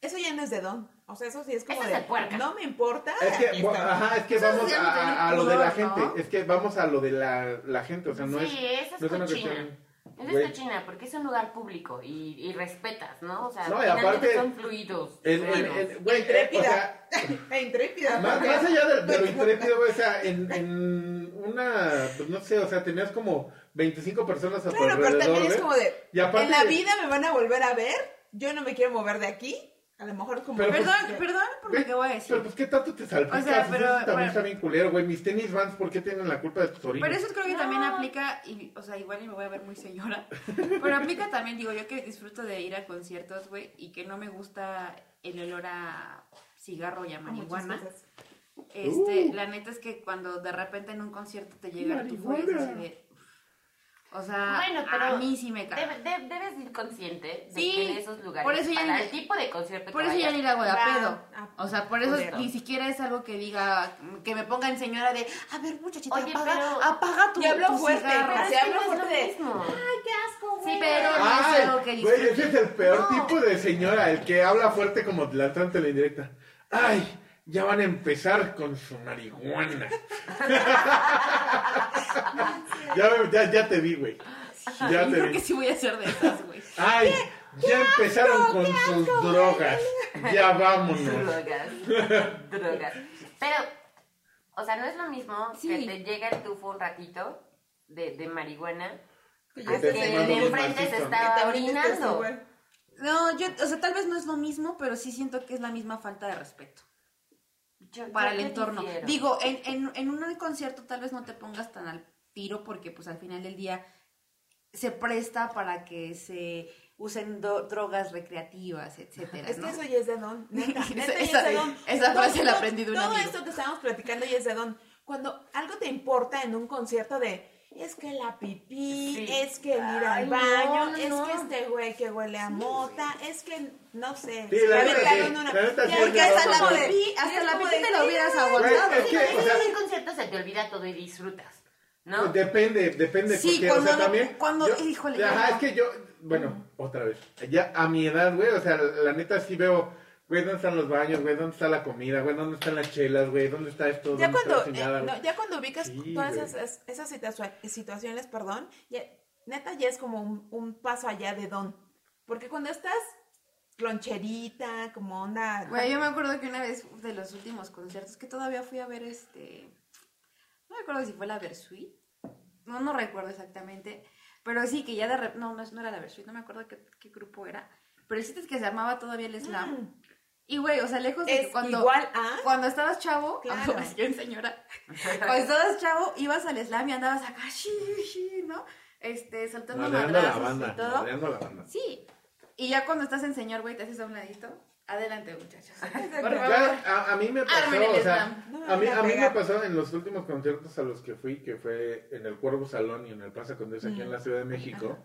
S5: eso ya no es de don. O sea, eso sí es como
S3: Eso es
S5: de.
S3: de puerca.
S5: No me importa.
S2: Es
S5: [LAUGHS]
S2: que,
S5: aquí
S2: bu-
S5: está.
S2: ajá, es que
S6: Eso
S2: vamos
S6: se llama tener
S2: a, a lo de la
S6: pudor, ¿no?
S2: gente. Es que vamos a lo de la, la gente. O sea, no
S3: sí,
S2: es,
S3: esa
S2: no
S3: es
S2: es una
S3: cochina.
S2: cuestión.
S3: Esa
S2: güey.
S3: es cochina porque es un lugar público y, y respetas, ¿no? O sea,
S2: No, y
S3: finalmente
S2: aparte-
S3: son fluidos.
S2: El- el-
S3: humanos.
S2: el- güey, eh, o
S5: Intrépida.
S2: sea,
S5: E intrépida.
S2: más, más allá de, de lo intrépido, güey, o sea, en, en una, pues no sé, o sea, tenías como 25 personas a tu
S5: Claro, pero
S2: alrededor,
S5: también es
S2: güey.
S5: como de.
S2: Y aparte,
S5: En la vida me van a volver a ver. Yo no me quiero mover de aquí. A lo mejor como.
S2: Pero pues-
S4: Perdón, perdón por lo que voy a
S2: pero
S4: decir.
S2: pues qué tanto te salpicas,
S4: O sea,
S2: Eso
S4: pero-
S2: también
S4: bueno.
S2: está bien culero, güey, mis tenis vans, ¿por qué tienen la culpa de tus orinas?
S4: Pero eso creo que
S3: No.
S4: también aplica, y, o sea, igual y me voy a ver muy señora, [LAUGHS] pero aplica también, digo, yo que disfruto de ir a conciertos, güey, y que no me gusta el olor a cigarro y a
S5: Muchas
S4: marihuana.
S5: cosas.
S4: Este,
S2: Uh.
S4: la neta es que cuando de repente en un concierto te llega tu
S2: Marihuana.
S4: folio así de. O sea,
S3: Bueno, pero
S4: a mí sí me cae.
S3: Debe- de- debes ir consciente de
S4: Sí,
S3: que en esos lugares,
S4: por eso ya
S3: para
S4: ni-
S3: el tipo de concierto
S4: Por
S3: que
S4: eso ya
S3: vayas,
S4: ni la hago de a
S5: Va
S4: pedo.
S5: a-
S4: O sea, por eso
S3: Justo.
S4: ni siquiera es algo que diga, que me ponga en señora de, a ver, muchachita,
S3: Oye,
S4: apaga,
S3: pero-
S4: apaga tu,
S5: Y hablo
S4: tu
S5: fuerte,
S4: cigarro".
S5: pero-
S3: Pero
S5: Se
S3: es que
S5: habla
S3: no es lo
S5: fuerte de-
S3: mismo.
S4: Sí, pero no
S2: Ay,
S4: es algo que
S2: güey,
S4: disfrute.
S2: ese es el peor
S3: No.
S2: tipo de señora, el que habla fuerte como lanzante la indirecta. Ay, ya van a empezar con su
S4: [LAUGHS]
S2: marihuana. [LAUGHS] ya, ya, ya te vi, güey. Ya
S4: Yo
S2: te
S4: creo que
S2: vi.
S4: sí voy a hacer de esas, güey.
S2: Ay, ya empezaron con sus drogas. Ya vámonos.
S3: Drogas.
S2: [LAUGHS]
S3: drogas. Pero, o sea, no es lo mismo
S4: Sí.
S3: que te llega el tufo un ratito de, de marihuana
S5: Que
S3: a
S5: ya
S3: que
S2: te
S5: estés
S2: fumas
S3: el
S5: ahí.
S3: de
S2: unos
S3: enfrente se
S2: macizo.
S5: Que
S3: está
S5: te brindes
S3: orinando.
S5: igual.
S4: No, yo, o sea, tal vez no es lo mismo, pero sí siento que es la misma falta de respeto
S3: Yo-
S4: para el
S3: yo te
S4: entorno.
S3: difiero.
S4: Digo, en, en, en un concierto tal vez no te pongas tan al tiro porque pues al final del día se presta para que se usen do- drogas recreativas, etcétera,
S5: Es que
S4: ¿no?
S5: eso ya es de don. Neta,
S4: [LAUGHS] Esa-
S5: neta ya
S4: esa-
S5: es de don.
S4: esa frase la
S5: todo-
S4: aprendí de un
S5: Todo
S4: amigo.
S5: esto que estábamos platicando ya es de don. cuando algo te importa en un concierto de es que la pipí,
S3: Sí.
S5: es que el ir al
S3: Ay, no,
S5: baño,
S3: no,
S5: es
S3: no.
S5: que este güey que huele a mota, es que no sé,
S2: Sí,
S5: se
S2: la neta
S5: aventaron
S2: sí,
S5: una-
S2: la neta
S5: Ya,
S2: sí,
S5: porque
S2: la
S5: hasta
S2: neta
S5: la
S2: sí.
S5: pipí, hasta la pipí te lo hubieras
S2: Güey,
S5: aguantado.
S2: es que, o sea,
S3: en el concierto se te olvida todo y disfrutas, ¿no?
S2: Depende, depende.
S4: Sí,
S2: porque,
S4: cuando
S2: o sea,
S4: no-
S2: también.
S4: cuando- híjole,
S2: Ajá,
S4: no.
S2: es que yo. Bueno, otra vez. Ya a mi edad, güey, o sea, la neta sí veo. Güey, ¿dónde están los baños? Güey, ¿dónde está la comida? Güey, ¿dónde están las chelas? Güey, ¿dónde está esto? ¿Dónde
S5: Ya
S2: está
S5: cuando,
S2: la chingada,
S5: eh,
S2: güey?
S5: no, ya cuando ubicas
S2: Sí,
S5: todas
S2: güey.
S5: esas, esas situa- situaciones, perdón, ya- neta ya es como un, un paso allá de don. Porque cuando estás loncherita, como onda...
S4: Güey, yo me acuerdo que una vez de los últimos conciertos que todavía fui a ver este. No me acuerdo si fue la Versuit. No, no recuerdo exactamente. Pero sí, que ya de repente. No, no, no era la Versuit, no me acuerdo qué, qué grupo era. Pero el sitio es que se armaba todavía el slam.
S5: Mm,
S4: Y güey, o sea, lejos de
S5: es
S4: que cuando.
S5: igual a...
S4: Cuando estabas [LAUGHS] chavo,
S5: Claro.
S4: Ay, yo en [LAUGHS] señora, cuando estabas chavo, ibas al slam y andabas acá, sí, sí, ¿no? Este, saltando
S2: Madreando a la
S4: madrazos
S2: banda.
S4: y todo.
S2: madreando a la banda.
S4: Sí. Y ya cuando estás en señor, güey, te haces a un ladito. Adelante,
S2: [LAUGHS]
S4: muchachos. Por
S5: Exacto.
S4: favor.
S2: Ya, a, a mí me pasó,
S4: Armen el
S2: o sea,
S4: slam.
S5: No me
S2: a mí,
S5: van a
S2: a mí me
S5: pegar.
S2: pasó en los últimos conciertos a los que fui, que fue en el Cuervo Salón y en el Plaza Condesa aquí en
S3: Mm.
S2: la Ciudad de México.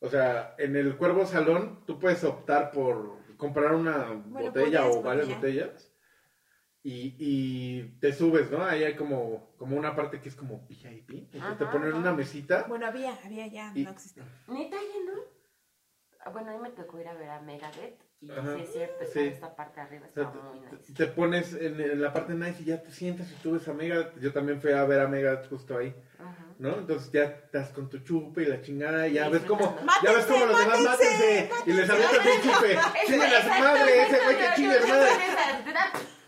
S2: O sea, en el Cuervo Salón tú puedes optar por comprar una botella
S5: botellas,
S2: o varias
S5: botella.
S2: botellas y, y te subes, ¿no? Ahí hay como, como una parte que es como VIP, entonces te
S3: Ajá,
S2: ponen
S3: ajá.
S2: una mesita.
S5: Bueno, había, había ya,
S2: Y-
S5: no existe.
S3: Neta, ya no. Ah, Bueno, a mí me tocó ir a ver a Megadeth y
S2: Ajá.
S3: sí es cierto,
S2: Sí.
S3: está esta parte de arriba
S2: O
S3: está
S2: sea,
S3: muy
S2: te-
S3: nice.
S2: te pones en, en la parte nice y ya te sientas y tú ves a Mega. Yo también fui a ver a Mega justo ahí.
S3: Ajá.
S2: ¿no? Entonces ya estás con tu chupe y la chingada, y ya
S3: Sí,
S2: ves
S3: sí,
S2: como,
S5: mátense,
S2: ya ves como los demás mátense,
S5: mátense,
S2: y les avientas
S3: [LAUGHS]
S2: el chupe, chinguen a su madre, ese güey que chingue su madre.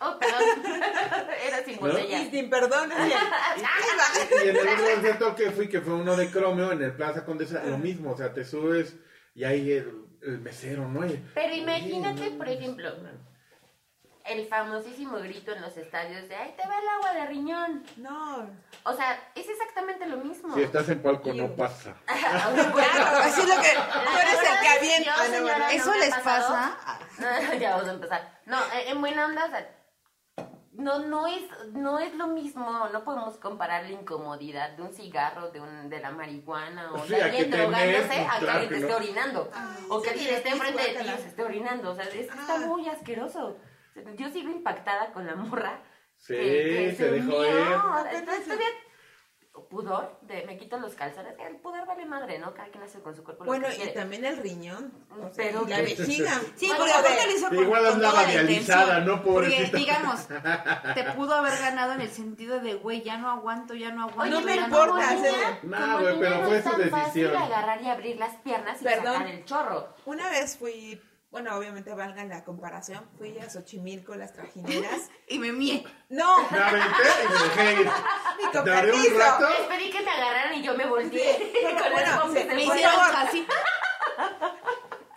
S3: Oh, perdón. [LAUGHS] Era sin
S2: ¿No?
S3: botella.
S5: Y sin perdón, oye,
S4: [LAUGHS]
S3: [LAUGHS]
S2: Y en el otro concierto que fui, que fue uno de Cromeo en el Plaza Condesa, lo mismo, o sea, te subes y ahí el, el mesero, ¿no? Y-
S3: Pero
S2: Oye,
S3: imagínate,
S2: no,
S3: por
S2: no,
S3: ejemplo,
S2: no.
S3: el famosísimo grito en los estadios de ¡Ahí te va el agua de riñón!
S5: no.
S3: O sea, es exactamente lo mismo.
S2: Si
S3: [LAUGHS]
S2: estás en palco no pasa.
S5: Claro, así es lo que... Tú eres el que
S3: verdad,
S5: avienta.
S3: yo,
S5: Ah, no,
S3: señora,
S5: bueno.
S3: ¿no
S4: Eso
S3: me ha
S4: les
S3: pasado?
S4: pasa.
S3: [LAUGHS] ya vamos a empezar. No, eh, en buena onda, o sea, no, no, es, no es lo mismo, no podemos comparar la incomodidad de un cigarro, de, un, de la marihuana, o
S2: Sí,
S3: de
S2: a
S3: alguien
S2: que te
S3: drogándose,
S2: mees,
S3: a que
S2: claro
S3: alguien
S2: que
S3: te
S2: no.
S3: esté orinando, o que
S5: sí,
S3: alguien esté
S5: sí,
S3: enfrente de ti
S5: guácala.
S3: y se esté orinando, o sea, es que
S5: Ah.
S3: está muy asqueroso. Yo sigo impactada con la morra.
S2: Sí,
S3: que- que
S2: se dejó
S3: unió.
S2: ir.
S3: Entonces, todavía pudor, de, me quito los calzones, el pudor vale madre, ¿no? Cada quien hace con su cuerpo
S5: Bueno,
S3: lo que
S5: y
S3: quiere.
S5: también el riñón. o sea,
S3: Pero
S5: y la
S3: que-
S2: [LAUGHS]
S5: vejiga.
S4: Mm, Sí,
S3: Bueno,
S4: porque
S3: a
S4: aparte
S3: ver,
S4: lo hizo con,
S2: igual
S4: con
S2: andaba
S4: toda la
S2: realizada,
S4: intención.
S2: ¿no? Pobrecita.
S4: Porque, digamos, te pudo haber ganado en el sentido de, güey, ya no aguanto, ya no aguanto.
S5: No me
S4: ya
S5: importa,
S4: aguanto.
S5: hacer-
S2: No,
S3: como
S2: güey,
S3: niña
S2: pero
S3: no
S2: fue
S3: es
S2: su
S3: tan
S2: decisión.
S3: fácil agarrar y abrir las piernas y
S5: Perdón.
S3: sacar el chorro.
S5: Una vez fui, bueno, obviamente valga la comparación, fui a Xochimilco, las trajineras.
S4: [LAUGHS] Y
S2: [LAUGHS]
S4: me mié.
S5: ¡No!
S2: [LAUGHS] Me aventé y me dejé ir.
S5: ¡Ni con
S2: Te haré un
S5: permiso!
S2: rato. ¿No?
S3: Esperé que me agarraran y yo me volteé
S5: Sí,
S3: [LAUGHS] con
S5: pero
S3: las
S5: bueno,
S3: pompis
S5: se-
S3: de
S4: Me
S5: Por
S3: fuera.
S4: hicieron
S5: favor.
S4: así.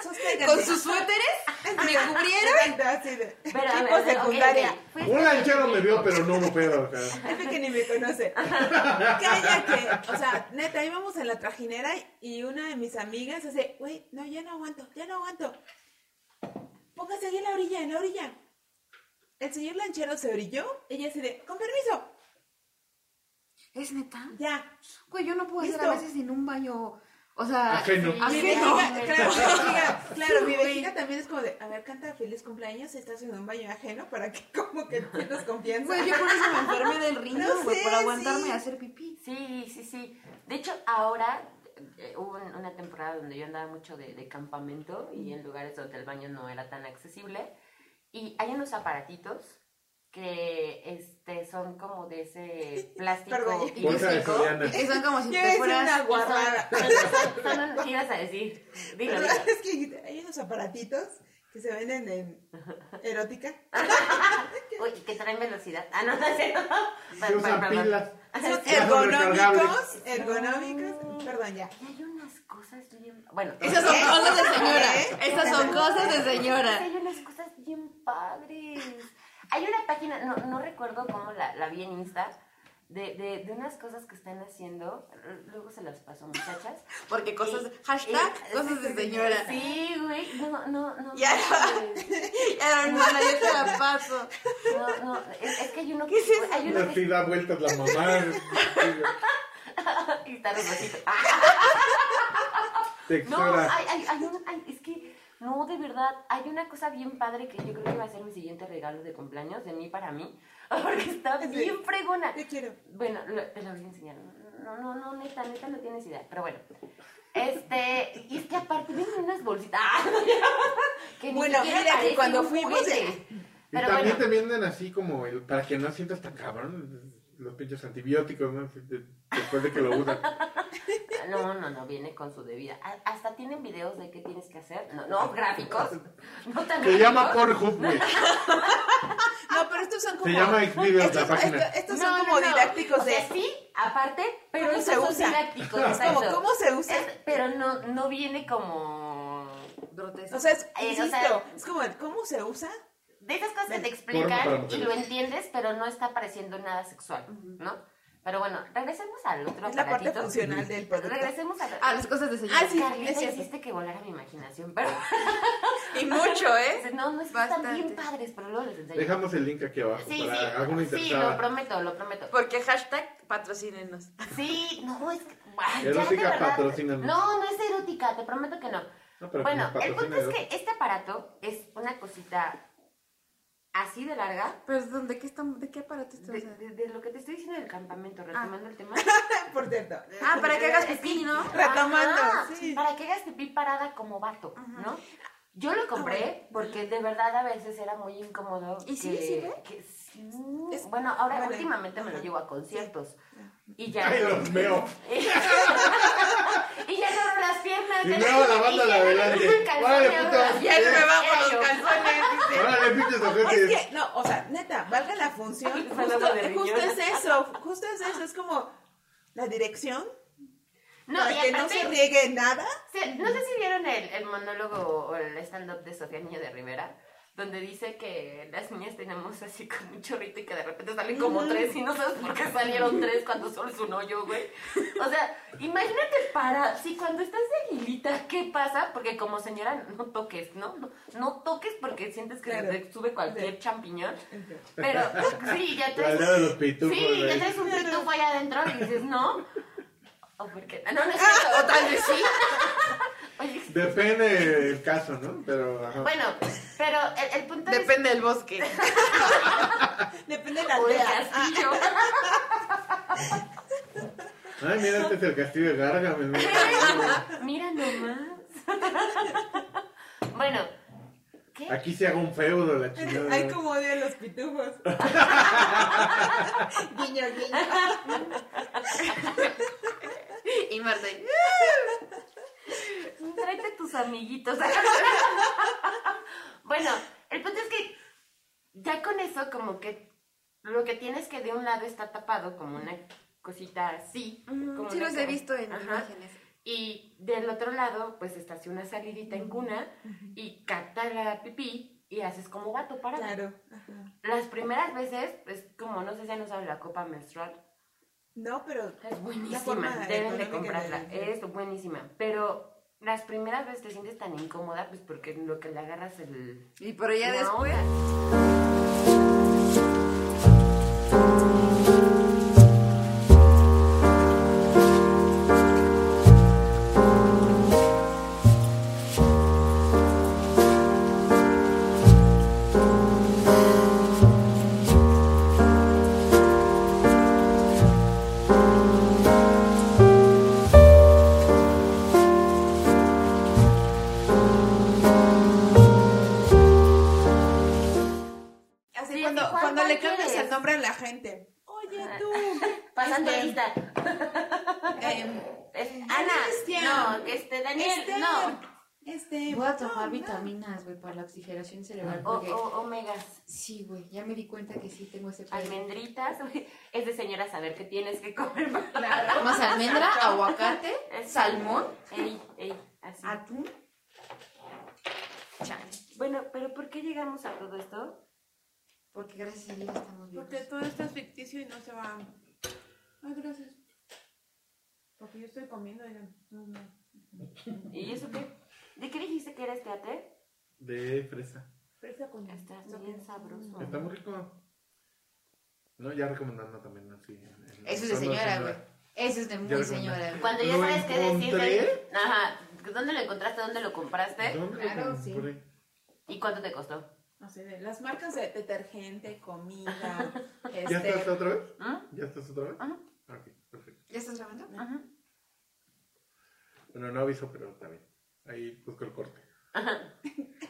S5: Sosténgate.
S4: Con sus
S5: [LAUGHS]
S4: suéteres me cubrieron.
S5: Exacto, así de-
S3: Pero, a
S5: tipo
S3: ver, ok,
S5: secundaria.
S3: ok, fuiste
S2: Un
S3: a
S2: lanchero me vio,
S3: Xochimilco.
S2: pero no hubo pedo. o sea.
S5: Jefe que ni me conoce. Cállate. O sea, neta, íbamos en la trajinera y una de mis amigas hace, güey, no, ya no aguanto, ya no aguanto. Póngase ahí en la orilla, en la orilla. El señor lanchero se orilló, ella se de, con permiso,
S4: ¿Es neta?
S5: ya.
S4: Güey, yo no puedo hacer a
S5: Listo.
S4: veces en un baño. O sea,
S2: [LAUGHS] Ajeno.
S4: sí,
S5: Mi
S4: ajeno.
S5: vejiga, claro, mi vejiga, claro, mi
S4: güey.
S5: vejiga también es como de, a ver, canta feliz cumpleaños, estás en un baño ajeno para que [LAUGHS] como que sientas confianza.
S4: Güey, yo por eso me enfermé del riñón,
S5: No
S4: güey,
S5: sé,
S4: por aguantarme
S5: sí.
S4: a hacer pipí.
S3: Sí, sí, sí. De hecho, ahora eh, hubo un- una temporada donde yo andaba mucho de, de campamento y en lugares donde el baño no era tan accesible. Y hay unos aparatitos que este, son como de ese plástico.
S5: Perdón.
S3: y
S2: Bolsa de
S3: plástico.
S2: Soriana.
S4: Que son como si
S5: Yo iba a
S4: te
S5: decir
S4: fueras...
S5: una
S3: [LAUGHS]
S5: guarrada.
S3: Son- son- son- ¿Qué ibas a decir? Dilo,
S5: Pero
S3: dilo.
S5: es que dijiste, hay unos aparatitos que se venden en erótica.
S3: Uy, que traen velocidad. Ah, no, no es
S2: [LAUGHS]
S3: cierto.
S2: Se usan pilas.
S5: Son
S2: sí.
S5: ergonómicos, ergonómicos. Perdón, ya.
S3: Y hay unas cosas bien. Bueno,
S4: Esas [LAUGHS] son
S5: ¿Eh?
S4: cosas de señora.
S5: ¿Eh?
S4: Esas son cosas de
S3: Es que
S4: señora.
S3: Hay unas cosas bien padres. Hay una página, no, no recuerdo cómo la, la vi en Insta, de, de, de unas cosas que están haciendo. Luego se las paso, muchachas.
S4: Porque cosas...
S3: Y-
S4: Hashtag
S3: y-
S4: cosas de señora.
S6: [LAUGHS]
S3: Sí, güey. No, no, no.
S4: Ya.
S3: manches.
S4: Ya, hermana, yo te la paso.
S3: No, No, no, es, es que hay uno que.
S5: ¿Qué es eso?
S3: hay uno
S2: Así
S3: que.
S2: da vueltas la
S3: [LAUGHS]
S2: mamá.
S3: y
S2: [LAUGHS]
S3: está rebosito. ¡Ah! No,
S2: Textura.
S3: hay, hay, hay un- hay- es que, no, de verdad, hay una cosa bien padre que yo creo que va a ser mi siguiente regalo de cumpleaños, de mí para mí, [LAUGHS] porque está
S5: Sí.
S3: bien fregona.
S5: Te quiero.
S3: Bueno, lo- te la voy a enseñar. No, no, no, neta, neta, no tienes idea, pero bueno. Este, y es que aparte vienen unas bolsitas. [LAUGHS] que ni
S5: Bueno,
S3: siquiera
S5: mira que
S3: parecen
S5: cuando
S3: un
S5: fuimos.
S3: juguete.
S5: eh,
S2: Y
S3: pero
S2: también
S3: bueno.
S2: te venden así como el, para que no sientas tan cabrón los pinches antibióticos, ¿no? Así de- Después de que lo usan.
S3: No, no, no, viene con su debida. A- Hasta tienen videos de qué tienes que hacer. No, no,
S2: [LAUGHS]
S3: gráficos. No tan
S2: Se llama
S3: gráficos.
S2: Pornhub,
S3: [LAUGHS]
S2: güey.
S5: No, pero estos son
S2: Se
S5: como.
S2: llama Xvideos la
S5: Estos,
S2: página.
S5: estos- estos
S3: No,
S5: son
S3: no,
S5: como
S3: no.
S5: didácticos
S3: O sea,
S5: de.
S3: sí, aparte, pero
S5: ¿Cómo
S3: esos
S5: se
S3: son
S5: usa?
S3: didácticos,
S5: Es como, [LAUGHS]
S3: exacto.
S5: ¿cómo se usa?
S3: Es- pero no, no viene como...
S6: Grotesco.
S5: O sea, es,
S3: Eh,
S5: insisto,
S3: o sea-
S5: es como el cómo se usa.
S3: De esas cosas que te
S2: para
S3: explican y
S2: mujeres.
S3: lo entiendes, pero no está pareciendo nada sexual, ¿no? Pero bueno, regresemos al otro
S5: Es la parte
S3: aparatito.
S5: funcional del producto.
S3: Regresemos al
S6: Ah, las cosas de señor.
S5: Ah, sí.
S3: Carlita,
S5: es cierto.
S3: hiciste que volara mi imaginación, pero... [LAUGHS]
S6: [LAUGHS]
S5: Y mucho, ¿eh?
S3: No, no, es que están bien
S6: Bastante.
S3: padres, pero luego les enseño.
S2: Dejamos el link aquí abajo
S3: Sí,
S2: para
S3: sí,
S2: alguna
S3: sí, lo
S2: interesada.
S3: prometo, lo prometo.
S6: Porque hashtag patrocínenos.
S3: Sí, no, es que... ay, ya, de
S2: Erótica,
S3: verdad.
S2: patrocínanos.
S3: No, no es erótica, te prometo que no.
S2: No, pero
S3: bueno,
S2: que nos
S3: el punto
S2: patrocine,
S3: es que este aparato es una cosita así de larga. pues,
S6: Perdón, ¿de qué, estamos, de qué aparato
S3: De,
S6: estamos hablando?
S3: de- de lo que te estoy diciendo del campamento, retomando el tema.
S5: [LAUGHS] Por cierto.
S6: Ah, para que hagas pipí, ¿no?
S5: Retomando,
S3: Ajá,
S5: sí.
S3: Para que hagas pipí parada como vato, ¿no? Yo lo compré porque de verdad a veces era muy incómodo.
S6: ¿Y sí
S3: que-
S6: sirve?
S3: que sí.
S5: Es-
S3: bueno, ahora
S5: Bueno,
S3: últimamente me lo
S5: ajá.
S3: llevo a conciertos. Y
S2: ¿no?
S3: ya.
S2: Ay, los meo.
S3: [LAUGHS] y ya no abro las piernas.
S2: Y me hago la banda
S3: Y
S2: de
S3: ya
S2: adelante.
S3: no [LAUGHS] abro el
S2: Órale,
S3: calzón, y abro
S2: puto.
S5: [LAUGHS]
S3: las
S5: Ya
S3: piernas.
S5: me bajo
S3: Ya yo.
S5: los calzones. dice.
S2: [LAUGHS] Órale,
S3: [LAUGHS]
S2: pinches
S5: Es
S2: ojetes.
S5: que, no, o sea, neta, valga la función.
S3: Ay,
S5: Justo,
S3: saludo de
S5: justo
S3: riñón.
S5: es eso, justo es eso, es como la dirección
S3: No,
S5: para
S3: y
S5: que no
S3: aparte-
S5: se riegue nada.
S3: Se- no sé si vieron el, el monólogo o el stand-up de Sofía Niño de Rivera, donde dice que las niñas tenemos así como un chorrito y que de repente salen como tres y no sabes por qué salieron tres cuando solo es un hoyo, güey. O sea, imagínate para, si cuando estás de aguilita, ¿qué pasa? Porque como señora no toques, ¿no? No, no toques porque sientes que
S5: Claro.
S3: se te sube cualquier champiñón. Pero sí, ya
S2: La
S3: traes
S2: idea de los pitufos.
S3: Sí, ya
S2: güey.
S3: traes un pitufo allá adentro y dices, no. O porque. No, no
S6: Ah.
S3: es cierto. O tal vez sí.
S6: [LAUGHS]
S3: Oye,
S2: Depende el caso, ¿no? Pero, ajá.
S3: bueno, pero el, el punto es.
S6: Depende del bosque.
S5: Depende de la
S3: o el
S5: aldea. Ah,
S3: castillo.
S2: Ay, mira, este es el castillo de Gargamel. ¿no?
S3: [LAUGHS] [LAUGHS] Mira nomás. [LAUGHS] bueno, ¿qué?
S2: Aquí se haga un feudo la chingada.
S5: Hay como odio a los pitufos. [LAUGHS] guiño, guiño.
S6: Y Marta, y-
S3: Tráete tus amiguitos. [LAUGHS] bueno, el punto es que ya con eso, como que lo que tienes que de un lado está tapado como una cosita así. como
S6: Mm, sí
S3: una
S6: los he
S3: ca-
S6: visto en
S3: Ajá.
S6: imágenes.
S3: Y del otro lado, pues está así una salidita en cuna y capta la pipí y haces como gato para
S5: Claro. ajá.
S3: Las primeras veces, pues como no sé si han usado la copa menstrual,
S5: No, pero
S3: es
S5: La
S3: buenísima,
S5: forma
S3: deben de
S5: económica
S3: comprarla,
S5: de-
S3: es buenísima, pero las primeras veces te sientes tan incómoda, pues porque en lo que le agarras el...
S6: Y por allá
S3: la
S6: después.
S3: onda.
S5: así
S3: Sí,
S5: cuando,
S3: así, ¿cuál-
S5: cuando le
S3: cuál
S5: cambias
S3: quieres?
S5: el nombre a la gente. Oye, tú.
S3: [LAUGHS] Pasando
S5: este,
S3: [LAUGHS] lista.
S5: em,
S3: Es-
S5: Cristian.
S3: Ana, no, que este, Daniel,
S5: Esther,
S3: no.
S5: Este.
S7: Voy a tomar
S5: no,
S7: vitaminas, güey, para la oxigenación cerebral.
S4: Oh,
S3: O,
S7: Porque...
S3: o, omegas,
S7: Sí, güey, ya me di cuenta que sí tengo ese problema.
S3: almendritas, es de señora saber que tienes que comer.
S7: Tomas almendra,
S4: [LAUGHS]
S7: aguacate,
S3: Es-
S7: salmón.
S3: Ey, ey, así.
S5: Ah.
S7: Atún. Chale.
S3: Bueno, pero ¿por qué llegamos a todo esto?
S7: Porque gracias a Dios estamos vivos.
S5: Porque todo esto es ficticio y no se va. Ay, gracias. Porque yo estoy comiendo y no, no.
S3: ¿Y eso qué? ¿De qué dijiste que eres teate?
S2: De fresa.
S5: Fresa con
S3: Está bien sabroso.
S2: Está muy rico. No, ya recomendando también así. en- en-
S7: Eso es de
S2: usando
S7: señora,
S2: el
S7: güey.
S2: celular.
S7: Eso es de
S2: Ya
S7: muy
S2: lo
S7: señora, güey.
S3: Cuando ya
S2: ¿Lo
S3: sabes qué decirle.
S2: encontré?
S3: Ajá. ¿Dónde lo encontraste? ¿Dónde lo compraste?
S2: ¿Dónde lo
S5: ¿Eh? Claro, sí.
S2: compré?
S3: ¿Y cuánto te costó?
S5: Así de las marcas de detergente,
S7: [LAUGHS]
S5: comida,
S2: ¿Ya estás
S5: este,
S2: otra vez?
S3: ¿Mm?
S2: ¿Ya estás otra vez?
S3: Ajá.
S2: Ok, perfecto.
S6: ¿Ya estás grabando?
S3: Ajá.
S2: Bueno, no aviso, pero está bien. Ahí busco el corte.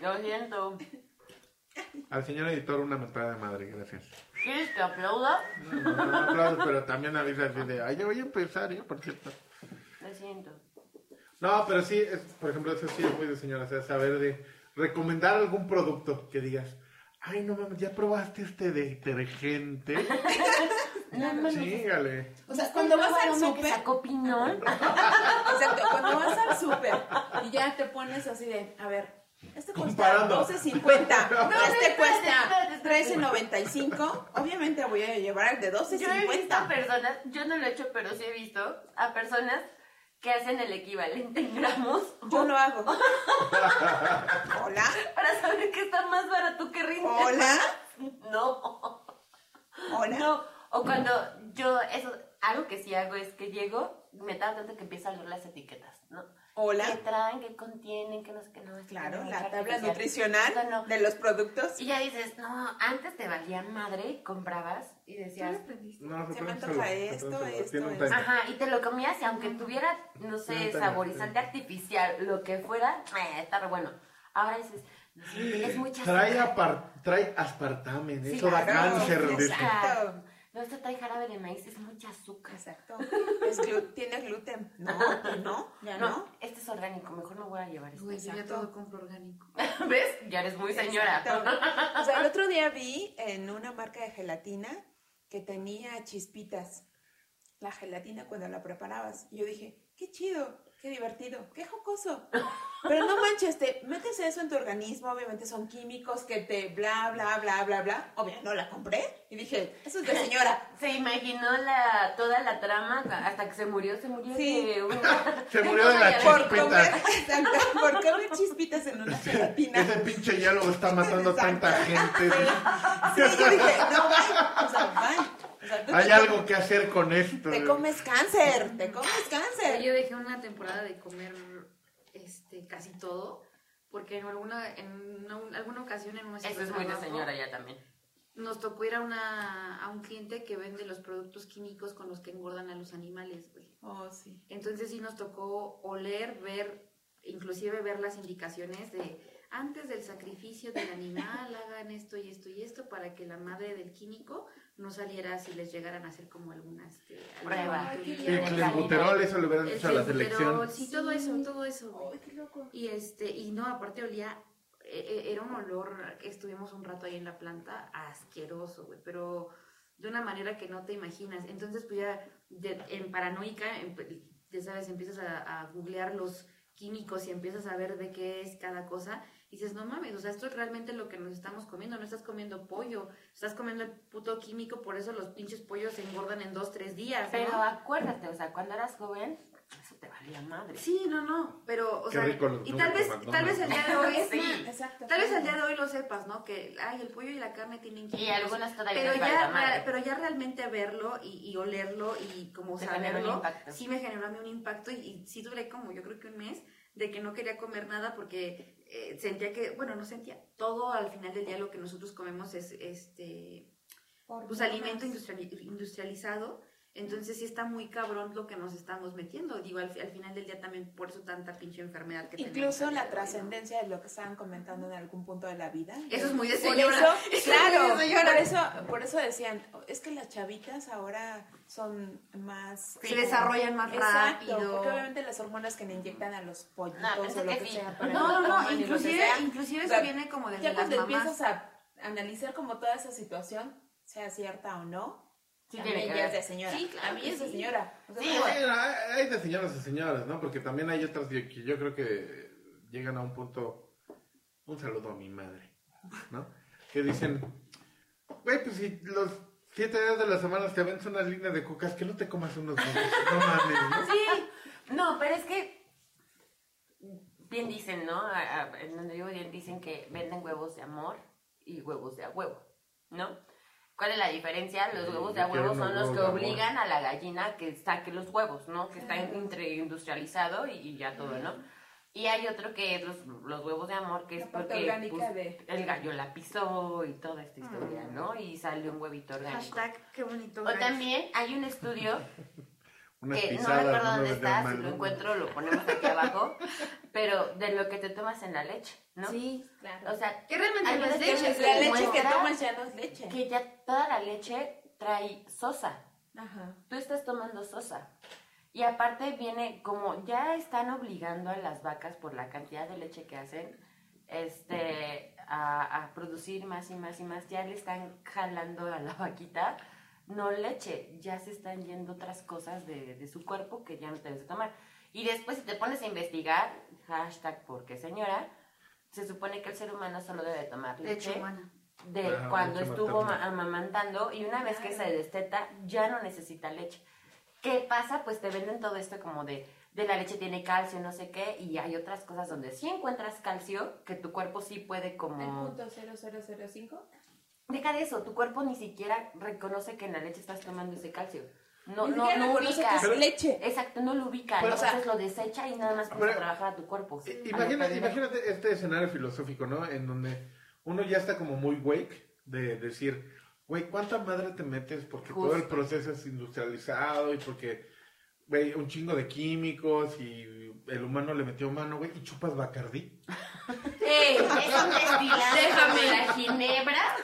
S3: Lo siento.
S2: Al señor editor, una mentada de madre, gracias.
S3: ¿Quieres que aplauda?
S2: No, no, no, no aplauso, pero también avisa así de, ay, ya voy a empezar, ¿eh? Por cierto.
S3: Lo siento.
S2: No, pero sí, es- por ejemplo, eso sí es muy de señora, o sea, saber de recomendar algún producto que digas, ay, no mames, ya probaste este
S7: [LAUGHS]
S2: detergente.
S3: No mames.
S2: Chíngale.
S5: o sea, cuando vas al
S3: aroma que
S5: súper,
S3: sacó Pinol?
S5: exacto, cuando vas al súper y ya te pones así de, a ver, este cuesta
S2: Comparando.
S3: [LAUGHS]
S5: 12.50,
S2: No, no,
S5: este
S3: espérate, espérate,
S5: cuesta 13.95, obviamente voy a llevar el de
S3: Yo he visto
S5: 12.50.
S3: a personas, yo no lo he hecho, pero sí he visto a personas que hacen el equivalente en gramos
S5: Yo lo
S3: [LAUGHS]
S5: hago. Hola,
S3: para saber que está más barato que rinde.
S5: hola,
S3: No,
S5: hola.
S3: no. O cuando yo, eso, algo que sí hago es que llego, me tarda tanto que empiezo a leer las etiquetas, ¿no? ¿Qué
S5: Hola.
S3: traen? ¿Qué contienen? ¿Qué no sé qué? No, es que
S5: Claro,
S3: no,
S5: la
S3: es
S5: tabla
S3: artificial. Esto no.
S5: nutricional de los productos.
S3: Y ya dices, no, antes te valía madre, y comprabas y decías,
S2: No,
S5: Se
S2: prende
S5: me antoja
S2: solo, se
S5: esto,
S2: prende solo,
S5: esto,
S2: tiene un
S5: esto.
S2: timer.
S3: Ajá, y te lo comías y aunque tuviera, no
S2: Sí,
S3: sé,
S2: está bien,
S3: saborizante artificial, lo que fuera, eh, está re bueno. Ahora dices, no sé, es mucha
S2: Trae,
S3: azúcar.
S2: apar- trae aspartame,
S3: Sí,
S2: eso da
S5: claro,
S2: cáncer.
S5: sí,
S2: dice.
S5: exacto.
S3: No, esto trae jarabe de maíz, es mucha azúcar.
S5: Exacto. Es glu- tiene gluten. No, pues no, ya
S3: no,
S5: no.
S3: este es orgánico, mejor no voy a llevar esto.
S7: Güey, yo ya
S5: Exacto.
S7: todo compro orgánico.
S3: [LAUGHS] ¿Ves? Ya eres muy señora.
S5: Exacto. O sea, el otro día vi en una marca de gelatina que tenía chispitas. La gelatina cuando la preparabas. Y yo dije, qué chido, qué divertido, qué jocoso. Pero no manches, te metes eso en tu organismo, obviamente son químicos que te bla, bla, bla, bla, bla. Obviamente no la compré. Y dije, eso es de señora.
S3: Se imaginó la, toda la trama hasta que se murió, se murió
S5: Sí.
S3: de una...
S2: [LAUGHS]
S3: [LAUGHS]
S2: Se murió de la
S3: una
S5: Por
S2: Chispitas.
S5: comer, exacto, por comer chispitas en una
S2: [LAUGHS]
S5: gelatina.
S2: Ese pinche hielo está matando a tanta gente.
S5: Sí, yo dije, no, bye. O sea, bye. O sea, tú
S2: Hay
S5: te-
S2: algo que hacer con esto.
S5: Te comes cáncer, te comes cáncer.
S7: Yo dejé una temporada de comer este, casi todo, porque en alguna, en una- alguna ocasión en nuestro
S3: Eso es muy de
S7: trabajo,
S3: señora ya también.
S7: Nos tocó ir a, una, a un cliente que vende los productos químicos con los que engordan a los animales, güey.
S5: Oh, sí.
S7: Entonces sí nos tocó oler, ver, inclusive ver las indicaciones de antes del sacrificio del animal [LAUGHS] hagan esto y esto y esto para que la madre del químico no saliera si les llegaran a hacer como alguna este, alguna
S3: Prueba.
S7: auditoría.
S2: Sí, pues, el clenbuterol, eso le hubieran
S7: El
S2: dicho a la
S7: clenbuterol,
S2: selección.
S7: Sí, todo eso, todo eso. güey.
S5: qué loco.
S7: Y este, y no, aparte olía, e- e- era un olor, estuvimos un rato ahí en la planta, asqueroso, güey, pero de una manera que no te imaginas. Entonces, pues ya, de- en paranoica, en- ya sabes, empiezas a, a googlear los químicos y empiezas a ver de qué es cada cosa. Y dices, no mames, o sea, esto es realmente lo que nos estamos comiendo, no estás comiendo pollo, estás comiendo el puto químico, por eso los pinches pollos se engordan en dos, tres días. ¿no?
S3: Pero acuérdate, o sea, cuando eras joven, eso te valía madre.
S7: Sí, no, no, pero, o
S2: Qué
S7: sea,
S2: rico los
S7: y tal
S2: nuggets
S7: vez,
S2: de
S7: tal vez el día de hoy,
S3: Sí.
S5: Exacto.
S7: Tal vez al día de hoy lo sepas, ¿no? Que ay, el pollo y la carne tienen que
S3: Y algunas todavía
S7: pero
S3: les
S7: ya,
S3: valía
S7: re-
S3: madre.
S7: pero ya realmente verlo y, y olerlo y como
S3: Te generó un
S7: saberlo,
S3: impacto.
S7: sí me generó a mí un impacto y, y sí duré como yo creo que un mes de que no quería comer nada porque eh, sentía que, bueno, no sentía, todo al final del día lo que nosotros comemos es este pues alimento industriali- industrializado, entonces sí está muy cabrón lo que nos estamos metiendo, digo, al, fi- al final del día también por eso tanta pinche enfermedad que tenemos
S5: Incluso
S7: al día
S5: la
S7: de hoy, ¿no?
S5: trascendencia de lo que estaban comentando en algún punto de la vida.
S7: Eso es muy de
S5: Por
S7: señora.
S5: eso,
S7: [LAUGHS] Eso es
S5: claro,
S7: muy de señora.
S5: por eso, por eso decían, es que las chavitas ahora son más...
S7: se desarrollan más
S5: Exacto,
S7: rápido.
S5: porque obviamente las hormonas que le inyectan a los pollitos
S3: No, pensé
S5: o lo
S3: que
S5: que,
S3: sí.
S5: sea. para
S7: No,
S5: que
S7: no, no,
S5: coman y lo que
S7: inclusive,
S5: sea,
S7: inclusive
S5: O
S7: eso
S5: sea,
S7: viene como desde
S5: ya
S7: las
S5: cuando
S7: mamás.
S5: empiezas a analizar como toda esa situación, sea cierta o no,
S3: Sí,
S5: también
S3: tiene que
S5: ya
S3: ver.
S5: es de señora.
S7: Sí, claro
S5: También
S7: que
S5: es de
S7: sí.
S5: señora. O sea, pues,
S3: Sí,
S5: no-
S3: güey.
S2: Bueno, hay hay de señoras a señoras, ¿no? Porque también hay otras que que yo creo que llegan a un punto. Un saludo a mi madre, ¿no? Que dicen, güey, pues si los siete días de la semana te vendes unas líneas de cocas, que no te comas unos dulces, no mames, ¿no?
S3: Sí, [LAUGHS] no, pero es que bien dicen, ¿no? A- a- En donde vivo bien dicen que venden huevos de amor y huevos de a huevo, ¿no? ¿Cuál es la diferencia? Los
S2: Sí,
S3: huevos
S2: yo
S3: de a
S2: quiero
S3: huevo
S2: unos
S3: son los que
S2: huevos de a
S3: obligan a la gallina que saque los huevos, ¿no? Que está entre industrializado y, y ya todo, ¿no? Y hay otro que es los, los huevos de amor, que es
S5: La parte
S3: porque
S5: orgánica
S3: pues,
S5: de- Mm.
S3: el gallo la pisó y toda esta historia, ¿no? Y sale un huevito orgánico.
S6: Hashtag, qué bonito.
S3: O
S6: gallo.
S3: también hay un estudio
S2: Unas
S3: que Eh, no
S2: pisadas,
S3: recuerdo
S2: no
S3: dónde
S2: me
S3: está,
S2: vean
S3: si lo
S2: mal.
S3: encuentro lo ponemos aquí abajo, pero de lo que te tomas en la leche, ¿no?
S6: Sí.
S3: O sea,
S7: Que realmente
S3: Hay
S7: las
S3: veces que
S7: leches,
S3: se- la leche que
S5: tomas ya no es leche.
S3: que ya toda la leche trae sosa.
S5: Ajá.
S3: Tú estás tomando sosa. Y aparte viene como ya están obligando a las vacas por la cantidad de leche que hacen este a, a producir más y más y más. Ya le están jalando a la [LAUGHS] vaquita no leche, ya se están yendo otras cosas de, de su cuerpo que ya no te debes de tomar. Y después si te pones a investigar, hashtag porque señora, se supone que el ser humano solo debe tomar leche
S7: Leche humana.
S3: de
S2: Ajá,
S3: cuando
S2: leche
S3: estuvo
S2: materna.
S3: ma- amamantando y una vez que se
S5: Claro.
S3: desteta ya no necesita leche. ¿Qué pasa? Pues te venden todo esto como de, de la leche tiene calcio, no sé qué, y hay otras cosas donde sí encuentras calcio, que tu cuerpo sí puede
S5: El
S3: como...
S5: punto 0005.
S3: Deja de eso, tu cuerpo ni siquiera reconoce que en la leche estás tomando ese calcio. No,
S5: Ni
S3: no,
S5: siquiera
S3: no
S5: reconoce
S3: ubica.
S5: que es leche.
S3: Exacto, no lo ubica,
S2: Pero, o sea,
S3: entonces lo desecha y nada más puedes
S2: pero-
S3: trabajar a tu cuerpo.
S2: I-
S3: a lo
S2: Eh, Imagina,
S3: pendejo.
S2: imagínate este escenario filosófico, ¿no? En donde uno ya está como muy wake de decir, güey, ¿cuánta madre te metes? Porque todo el
S3: Justo.
S2: proceso es industrializado y porque, güey, un chingo de químicos y el humano le metió mano, güey, y chupas bacardí.
S3: ¡Ey! Es un destilado.
S7: Déjame.
S3: La ginebra.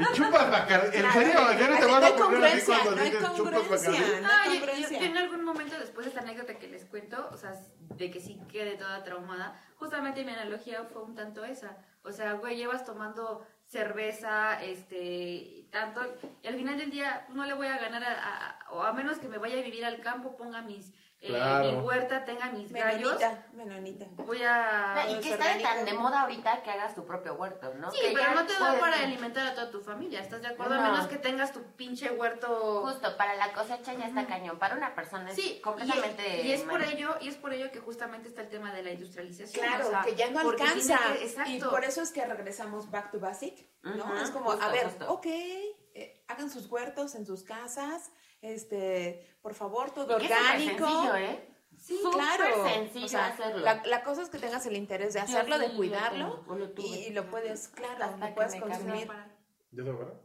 S2: Y chupas bacardí. En serio, yo no te
S5: Así
S2: voy a
S5: no
S2: poner
S5: hay
S2: así
S5: congruencia,
S2: cuando
S5: no hay
S2: dices chupas bacardí.
S5: congruencia, no
S7: No,
S5: hay
S7: yo- yo, yo
S5: congruencia.
S7: Ah, en algún momento después de esta anécdota que les cuento, o sea, de que sí quedé toda traumada, justamente mi analogía fue un tanto esa. O sea, güey, llevas tomando cerveza, este, y tanto, y al final del día pues, no le voy a ganar, a, a- o a menos que me vaya a vivir al campo, ponga mis, eh,
S2: Claro.
S7: mi huerta, tenga mis gallos,
S5: Menonita, menonita.
S7: voy a...
S3: y
S5: los
S3: que está de tan
S5: orgánicos.
S3: de moda ahorita que hagas tu propio huerto, ¿no?
S7: Sí,
S3: Que
S7: pero
S3: ya
S7: no te da
S3: puedes-
S7: para alimentar a toda tu familia, ¿estás de acuerdo?
S3: No.
S7: A menos que tengas tu pinche huerto...
S3: [LAUGHS] Justo, para la cosecha ya está cañón. Para una persona es
S7: Sí,
S3: completamente...
S7: Y, y es por
S3: mal.
S7: ello, y es por ello que justamente está el tema de la industrialización.
S5: Claro,
S7: o sea,
S5: que ya no
S7: porque
S5: alcanza.
S7: tiene que-
S5: Y
S7: exacto.
S5: por eso es que regresamos back to basic, ¿no?
S3: Ujú,
S5: es como, a
S3: justo,
S5: ver,
S3: justo.
S5: ok, eh, hagan sus huertos en sus casas, este, por favor,
S3: Y
S5: todo
S3: que es súper
S5: orgánico.
S3: sencillo, ¿eh?
S5: Sí,
S3: Súper
S5: claro.
S3: sencillo
S5: O sea,
S3: hacerlo.
S5: La, la cosa es que tengas el interés de
S3: Yo
S5: hacerlo,
S3: sí
S5: de
S3: lo
S5: cuidarlo
S3: tengo, lo tuve.
S5: y, y lo puedes, claro,
S3: Hasta
S5: lo
S3: que
S5: puedes
S3: me
S5: consumir.
S3: cambié.
S2: ¿Ya se acuerdan?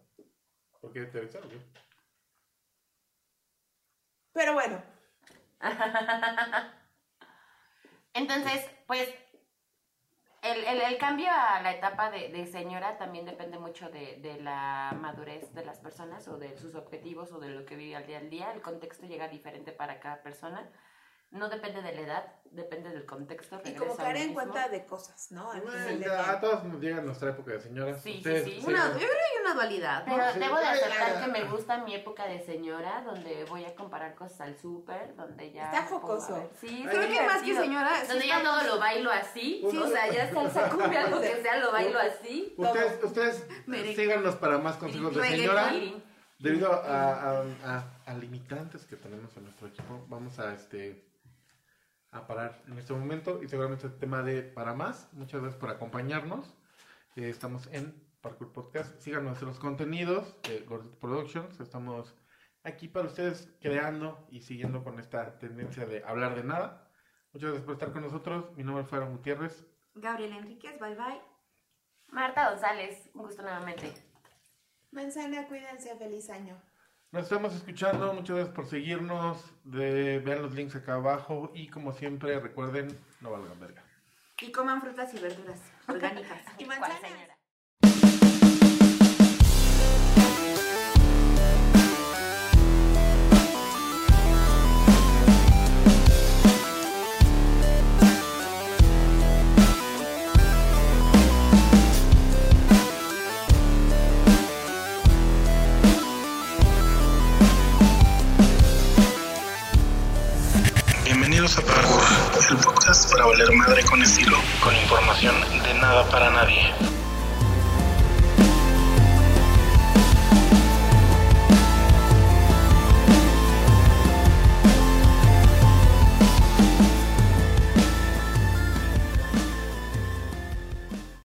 S2: ¿Por qué te avisaron? güey?
S5: Pero bueno,
S3: Entonces, pues, el, el- el cambio a la etapa de, de señora también depende mucho de, de la madurez de las personas o de sus objetivos o de lo que vive al día al día. El contexto llega diferente para cada persona. No depende de la edad, depende del contexto.
S5: y
S3: regreso
S5: como
S3: a
S5: caer
S3: lo
S5: en
S3: mismo.
S5: cuenta de cosas, ¿no? Al final
S2: Bueno,
S5: del
S2: ya,
S5: día.
S2: a todos nos llega nuestra época de señoras.
S3: Sí, sí,
S2: Ustedes-
S3: sí.
S6: Una, yo creo que hay una dualidad.
S3: Pero
S2: Sí.
S3: debo de
S2: Ay,
S3: aceptar
S2: la-
S3: que me gusta mi época de señora, donde voy a comparar cosas al súper, donde ya...
S5: Está
S3: me pongo a
S5: jocoso.
S3: ver. Sí,
S6: Creo que más que señora, sí
S3: Donde
S6: está-
S3: ya todo lo bailo así, o sea, ya salsa cumbia, lo que sea, lo bailo así.
S2: Ustedes, ustedes
S6: Merengue.
S2: síganos para más consejos de señora.
S3: Reggaetón.
S2: Debido a, a- a- a limitantes que tenemos en nuestro equipo, vamos a este a parar en este momento y seguramente el tema de para más. Muchas gracias por acompañarnos. Eh, estamos en Parkour Podcast. Síganos en los contenidos de Gordit Productions. Estamos aquí para ustedes creando y siguiendo con esta tendencia de hablar de nada. Muchas gracias por estar con nosotros. Mi nombre fue Aaron Gutiérrez.
S6: Gabriel Enríquez, bye bye.
S3: Marta González, un gusto nuevamente.
S5: Manzana, cuídense, feliz año.
S2: Nos estamos escuchando, muchas gracias por seguirnos. De, vean los links acá abajo y como siempre recuerden, no valgan verga.
S6: Y coman frutas y verduras orgánicas.
S5: Y
S3: ¿Cuál
S5: manzanas.
S3: señora?
S1: Bienvenidos a Parkour, el podcast para valer madre con estilo, con información de nada para nadie.